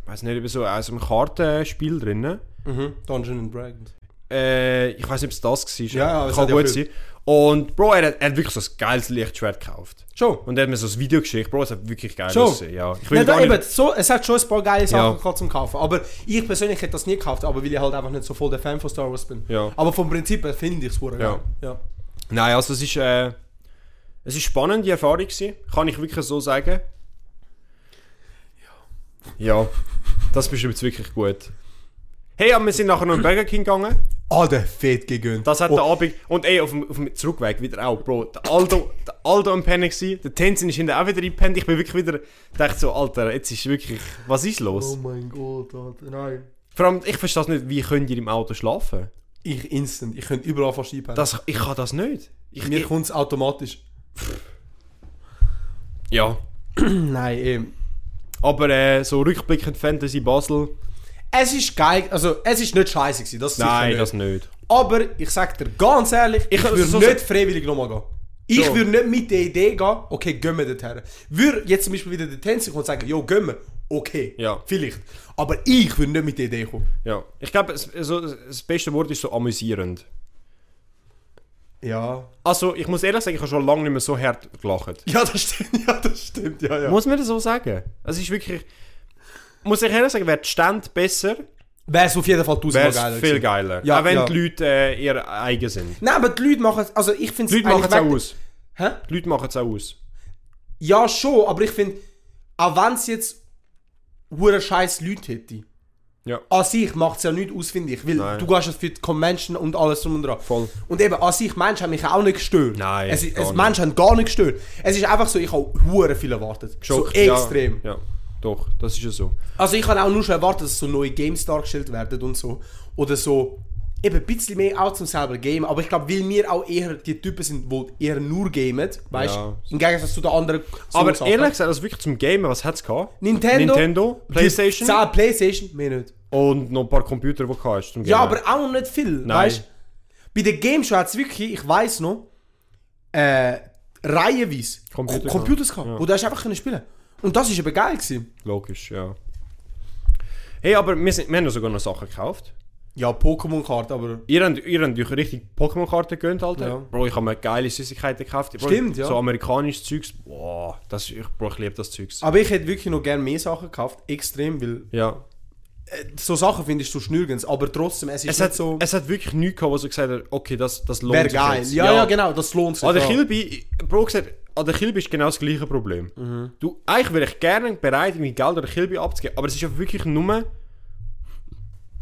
ich weiß nicht, eben so aus einem Kartenspiel drin.
Mhm. Dungeon and Dragons.
Äh, ich weiß nicht, ob es das war.
Ja, ja, es
kann
hat ja
gut
viel.
sein. Und Bro, er hat, er hat wirklich so ein geiles Lichtschwert gekauft.
Schon.
Und er hat mir so ein Video geschickt, Bro, es hat wirklich geil
Schon.
ausgesehen. Ja, ich will
Nein,
gar
da,
nicht...
eben, so, es hat schon ein paar geile
Ja.
Sachen gehabt zum Kaufen. Aber ich persönlich hätte das nie gekauft, aber weil ich halt einfach nicht so voll der Fan von Star Wars bin.
Ja.
Aber vom Prinzip her finde ich es hure
Ja.
geil. Ja.
Nein, also es ist, äh, es ist spannend, die Erfahrung gewesen. Kann ich wirklich so sagen. Ja. Ja, das beschreibt es wirklich gut. Hey, aber wir sind nachher noch in Burger King gegangen.
Ah, der Fett gegönnt.
Das hat
oh,
der Abend. Und ey, auf dem, auf dem Zurückweg wieder auch, Bro. Der Aldo, der Aldo am Pennen gsi, der Tenzin ist hinterher auch wieder eingepennt. Ich bin wirklich wieder, dachte so, Alter, jetzt ist wirklich, was ist los?
Oh mein Gott, Alter, nein.
Vor allem, ich verstehe nicht, wie könnt ihr im Auto schlafen?
Ich instant, ich könnte überall fast einpennen.
Das, ich kann das nicht. Ich,
Mir
ich,
kommt es automatisch.
ja.
nein, eben.
Aber äh, so rückblickend Fantasy Basel,
Es ist geil, also es ist nicht scheiße gewesen, das sicher
nein,
nicht.
das nicht.
Aber ich sag dir ganz ehrlich, ich,
Ich-
würde
so-
nicht freiwillig nochmal gehen. Ich
So.
würde nicht mit der Idee gehen, okay, gehen wir dorthin. Würde jetzt zum Beispiel wieder der Tänzer kommen und sagen, jo, gehen wir. Okay,
Ja.
vielleicht. Aber ich würde nicht mit der Idee kommen.
Ja. Ich glaube, es- so, das beste Wort ist so amüsierend.
Ja.
Also, ich muss ehrlich sagen, ich habe schon lange nicht mehr so hart gelacht.
Ja, das stimmt. Ja, das stimmt. Ja, ja.
Muss man das so sagen? Also, Es ist wirklich... Muss ich ehrlich sagen, wäre die Stände besser,
Wäre es auf jeden Fall
wäre
tausendmal geiler
es viel
gewesen.
geiler.
Ja,
auch wenn
ja.
die Leute äh, ihr eigen sind.
Nein, aber die Leute machen es. Also ich finde
Die Leute machen es auch aus.
Hä?
Die Leute machen es auch aus.
Ja, schon, aber ich finde, auch wenn es jetzt hure scheiß Leute hätte,
Ja.
an sich macht es ja nichts aus, finde ich. Weil
Nein.
du gehst ja für die Convention und alles drum und dran.
Voll.
Und eben, an sich, Menschen haben mich auch nicht gestört.
Nein,
Es,
gar
es,
nicht.
Menschen haben gar nicht gestört. Es ist einfach so, ich habe hure viel erwartet.
Schock,
so extrem.
Ja, ja, doch, das ist ja so.
Also ich habe auch nur schon erwartet, dass so neue Games dargestellt werden und so. Oder so eben ein bisschen mehr auch zum selber Game. Aber ich glaube, weil wir auch eher die Typen sind, die eher nur gamen, weißt du?
Ja.
Im Gegensatz zu den anderen. so
Aber
Sachen.
ehrlich gesagt, also wirklich zum Gamen, was hat es gehabt?
Nintendo,
Nintendo, Playstation
Die 10 Playstation, mehr nicht.
und noch ein paar Computer, die du hast zum Gamen.
Ja, aber auch nicht viel,
Genau. Nein.
weißt Bei der Game Show hat es wirklich, ich weiß noch, äh, reihenweise
Computer
Co- Computers gehabt, wo du hast einfach können spielen Und das war eben geil. Gewesen.
Logisch, ja. Hey, aber wir, sind, wir haben ja sogar noch Sachen gekauft.
Ja, Pokémon-Karte, aber...
Ihr habt, ihr habt euch richtig Pokémon-Karten gegönnt, Alter.
Ja.
Bro, ich habe mir geile Süßigkeiten gekauft. Bro,
Stimmt, ja.
So amerikanisches Zeugs. Boah, das, ich, bro, ich liebe das Zeugs.
Aber ich hätte wirklich noch gerne mehr Sachen gekauft, extrem, weil
Ja.
so Sachen findest du sonst nirgends, aber trotzdem, es ist
Es
nicht
hat,
so...
es hat wirklich nichts gehabt, wo so gesagt hat, okay, das, das lohnt
Wäre
sich
geil.
jetzt.
Ja, ja, genau, das lohnt sich.
An der
ja.
Kilby, Bro gesagt, an der Kilby ist genau das gleiche Problem.
Mhm.
Du, eigentlich wäre ich gerne bereit, irgendwie Geld an der Kilby abzugeben, aber es ist ja wirklich nur,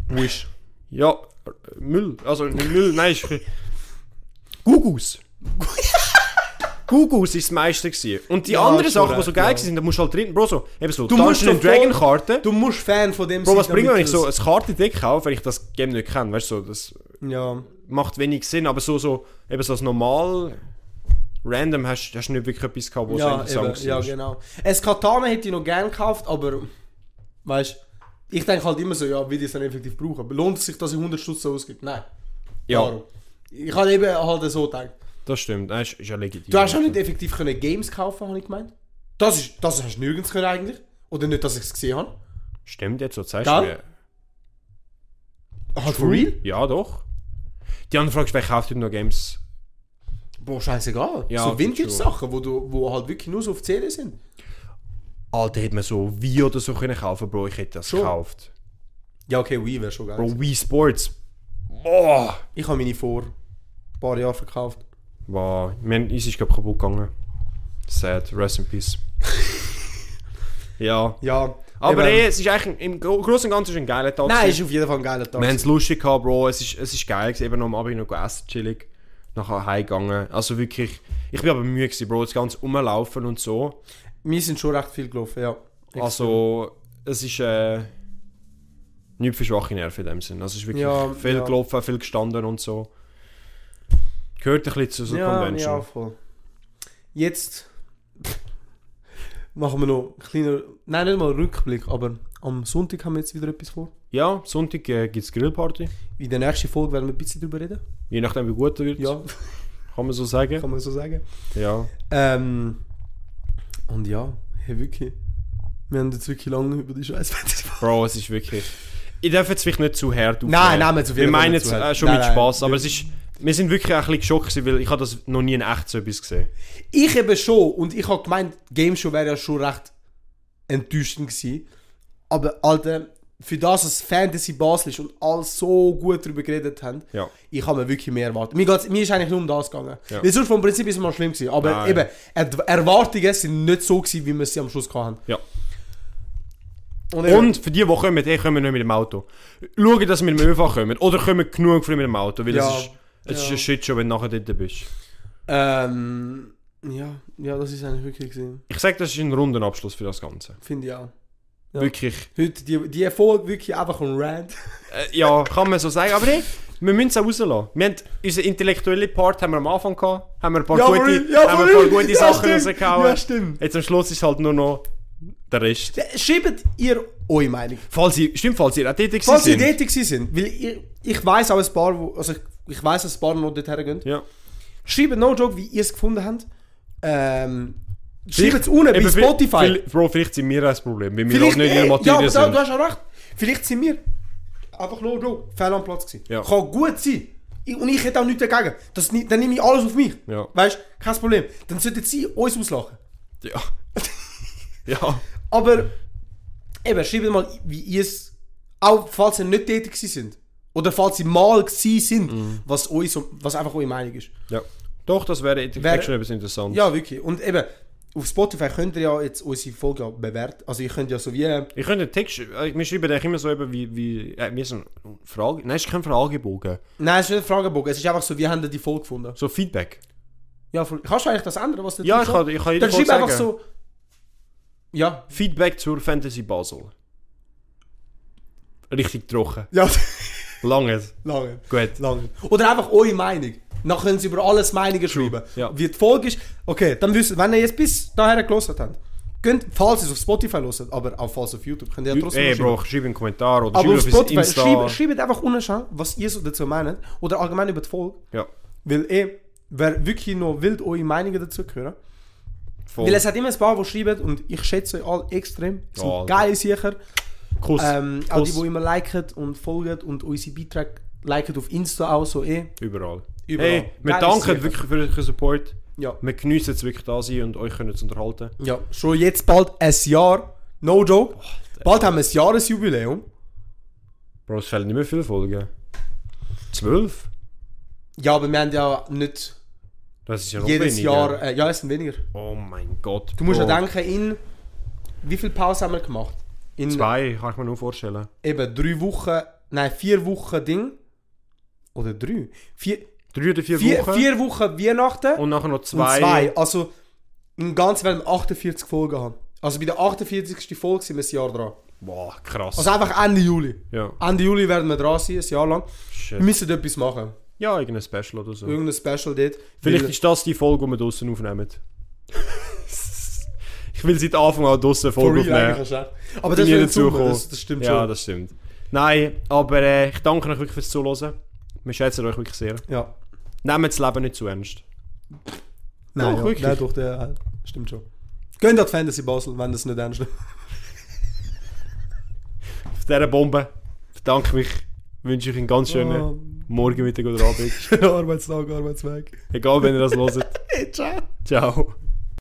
Wish.
ja, äh, Müll. Also nicht Müll, nein, ist... Gugus. Gugus ist das meiste gewesen. Und die
Ja,
anderen
ist schon
Sachen, die so
recht,
geil
ja.
waren, da musst du halt drin, Bro, so, eben so,
Du musst
Dungeon and
davon-
Dragon Karten.
Du musst Fan von dem
Bro, was
sein,
bringt mir, wenn
damit
ich so
du
ein Kartendeck kaufe, wenn ich das Game nicht kenne, weißt du, so, das
das- Ja.
macht wenig Sinn, aber so, so, eben so als normal, random hast hast du nicht wirklich etwas gehabt, wo so
Ja,
interessant
eben,
war.
ja genau. Es Katana hätte ich noch gern gekauft, aber weißt ich denke halt immer so, ja, wie die es dann effektiv brauchen. Lohnt es sich, dass ich 100 Stutz so ausgebe? Nein.
Ja,
Darum. Ich habe eben halt so gedacht.
das stimmt. Nein, ist, ist ja legitim.
Du hast auch nicht effektiv können Games kaufen, habe ich gemeint. Das, ist, das hast du nirgends können eigentlich. Oder nicht, dass ich es gesehen habe.
Stimmt jetzt, so zeigst du
Gell?
mir.
Halt for real?
Ja, doch. Die andere Frage ist, wer kauft heute noch Games?
Boah, scheißegal.
Ja,
so
das
vintage
schon.
Sachen, wo, du, wo halt wirklich nur so auf CD sind.
Alter, hätte man so Wii oder so können kaufen, Bro. Ich hätte das
Schon.
gekauft.
Ja, okay, Wii wäre schon geil.
Bro, Wii Sports. Boah.
Ich habe meine vor ein paar Jahren verkauft.
Boah. Mein Eis ist gerade kaputt gegangen. Sad. Rest in peace. ja.
Ja.
Aber eh-
eben.
ey, es ist eigentlich, ein- im Gro- Großen und Ganzen ist ein geiler Tag.
Nein,
gewesen.
ist auf jeden Fall ein geiler Tag.
Wir haben es lustig gehabt, Bro. Es ist, es ist geil. gewesen. Eben noch am Abend noch gegessen, chillig. Nachher heimgegangen. Also wirklich, ich bin aber müde, gewesen, Bro. Das ganze Umlaufen und so.
Wir sind schon recht viel gelaufen, ja.
Also, es ist äh, nichts für schwache Nerven in dem Sinn. Also, es ist wirklich
Ja,
viel
ja.
gelaufen, viel gestanden und so. Gehört ein bisschen zu so einer
ja,
Also Convention.
ja, voll. Jetzt machen wir noch einen kleinen, nein, nicht mal einen Rückblick, aber am Sonntag haben wir jetzt wieder etwas vor.
Ja, Sonntag äh, gibt es Grillparty.
In der nächsten Folge werden wir ein bisschen drüber reden.
Je nachdem, wie gut er wird,
Ja,
kann man so sagen.
kann man so sagen.
Ja.
Ähm, und ja, hey, wirklich. Wir haben jetzt wirklich lange über die Scheiße gesprochen.
Bro, es ist wirklich. Ich darf jetzt vielleicht nicht zu hart aufnehmen.
Nein, nein, wir zu viel
Wir
davon
meinen
nicht
es
zu hart.
äh, schon
Nein,
mit
nein,
Spaß, aber es ist. Wir sind wirklich ein bisschen geschockt, gewesen, weil ich habe das noch nie in echt so etwas gesehen.
Ich eben schon und ich habe gemeint, Game Show wäre ja schon recht enttäuschend gewesen. Aber Alter, für das, dass Fantasy Basel ist und alle so gut darüber geredet haben,
Ja.
ich habe mir wirklich mehr erwartet. Mir, geht's, mir ist eigentlich nur um das gegangen.
Ja.
Weil sonst vom Prinzip ist es mal schlimm gewesen. Aber
Nein.
eben, Ed- Erwartungen sind nicht so gewesen, wie wir sie am Schluss hatten.
Ja.
Und, eben-
Und für die, die kommen, die kommen nicht mit dem Auto. Schauen, dass wir mit dem ÖV kommen. Oder kommen genug früh mit dem Auto, weil
Ja.
es ist, es ist
Ja.
ein Shitshow, wenn du nachher dort bist.
ähm, ja, ja, das ist eigentlich wirklich gewesen.
Ich sage, das ist ein runder Abschluss für das Ganze.
Finde ich auch. Ja.
Wirklich.
Heute, die, die Erfolg wirklich einfach ein Rant.
Äh, ja, kann man so sagen. Aber hey, wir müssen es auch rauslassen. Wir haben unseren intellektuellen Part haben wir am Anfang gehabt. Haben wir ein paar
for
gute,
real, ja,
haben
for
wir ein paar
real.
gute
Ja,
Sachen
stimmt.
rausgehauen.
Ja, stimmt.
Jetzt am Schluss ist halt nur noch der Rest.
Schreibt ihr eure Meinung.
Falls ihr, stimmt, falls ihr auch dort gewesen
Falls sie
seid.
dort gewesen sind, weil ich, ich weiß auch ein paar, wo, also ich, ich weiß, dass ein paar noch dorthin gehen.
Ja.
Schreibt no joke, wie ihr es gefunden habt. Ähm, schreibt es unten bei
Eben, vi-
Spotify.
vil- Bro, vielleicht sind wir das Problem, weil wir auch nicht in der
ja, aber
Materie
da, du
sind.
hast auch recht. Vielleicht sind wir einfach no joke, fehl am Platz gewesen.
Ja.
Kann gut sein. Ich, und ich hätte auch nichts dagegen. Das, ni- dann nehme ich alles auf mich.
Ja.
Weißt du, kein Problem. Dann sollten sie uns auslachen.
Ja. ja.
Aber eben, schreibt mal, wie ihr es, auch falls ihr nicht tätig gewesen sind oder falls ihr mal gewesen sind,
Mhm.
was, euch so, was einfach eure Meinung ist.
Ja. Doch, das wäre
Wäre-
actually etwas interessant.
Ja, wirklich. Und eben, auf Spotify könnt ihr ja jetzt unsere Folge auch bewerten. Also ihr könnt ja so wie... Ja,
Ich könnte einen Text, äh, wir schreiben eigentlich immer so eben wie, wie äh, wir sind Frage, nein, es ist kein Fragebogen,
nein, es ist nicht ein Fragebogen. Es ist einfach so, wie haben ihr die Folge gefunden?
so Feedback.
Ja, voll. Kannst du eigentlich das ändern, was du
Ja,
tust?
ich kann, ich kann
Dann
jeder
schreib
sagen.
einfach so... Ja.
Feedback zur Fantasy Basel. Richtig trocken.
Ja,
Lange.
lange.
Gut.
Lange. Oder einfach eure Meinung. Dann können sie über alles Meinungen schreiben.
ja.
Wie die Folge ist. Okay, dann wisst ihr, wenn ihr jetzt bis daher gelesen habt, könnt, falls ihr es auf Spotify hört, aber auch falls auf YouTube, könnt ihr ja trotzdem
Ey,
noch schreiben.
Bro, schreib einen Kommentar oder
Aber auf
schreib auf
Spotify,
Insta.
schreibt, schreibt einfach unten, schon, was ihr so dazu meint. Oder allgemein über die Folge.
Ja,
Weil eh, wer wirklich noch will, eure Meinungen dazu hören.
voll.
Weil es hat immer ein paar, die schreiben und ich schätze euch alle extrem.
Ja,
Es sind
Alter.
geile sicher.
Kuss.
Ähm, auch die,
Kuss.
die immer liken und folgen und unsere Beiträge liken auf Insta auch so eh.
Überall.
Überall.
Hey, wir
Geil,
danken
sicher.
wirklich für euren Support.
Ja.
Wir geniessen es wirklich da sein und euch können zu unterhalten.
Ja, schon jetzt bald ein Jahr. No joke. Bald haben wir ein Jahresjubiläum.
Bro, es fehlen nicht mehr viele Folgen. Zwölf?
Ja, aber wir haben ja nicht
Das ist ja noch
jedes
weniger.
Jahr. Äh, ja, es sind weniger.
Oh mein Gott.
Du musst
Bro.
ja denken, in. Wie viel Pause haben wir gemacht? In
Zwei, kann ich mir nur vorstellen.
eben drei Wochen. Nein, vier Wochen Ding. Oder drei? Vier,
Drei oder vier,
vier,
Wochen.
vier Wochen Weihnachten.
und nachher noch
Und
zwei.
zwei. Also, in ganz werden wir 48 Folgen haben. Also, bei der 48. Folge sind wir ein Jahr dran.
Boah, krass.
Also, einfach Ende Juli.
ja.
Ende Juli werden wir dran sein, ein Jahr lang. Wir
Shit.
müssen etwas machen.
Ja, irgendein Special oder so.
Irgendein Special dort.
Vielleicht
Weil-
ist das die Folge, die wir draussen aufnehmen. ich will seit Anfang an draussen eine
For
Folge
real
aufnehmen.
eigentlich ist er. Aber das wird Sommer, das, das stimmt
ja,
schon.
das stimmt. Nein, aber äh, ich danke euch wirklich fürs Zuhören. Wir schätzen euch wirklich sehr.
ja.
Nehmt das Leben nicht zu ernst.
Nein,
Doch,
ja.
wirklich.
Nein, doch, der, äh, stimmt schon. Gönnt an die Fantasy Basel, wenn das nicht ernst nimmt.
Auf dieser Bombe bedanke ich mich. Wünsche euch einen ganz schönen
Oh.
Morgen, Mittag oder Abend.
Arbeitstag, Arbeitsweg.
Egal, wenn ihr das hört.
Hey, ciao.
Ciao.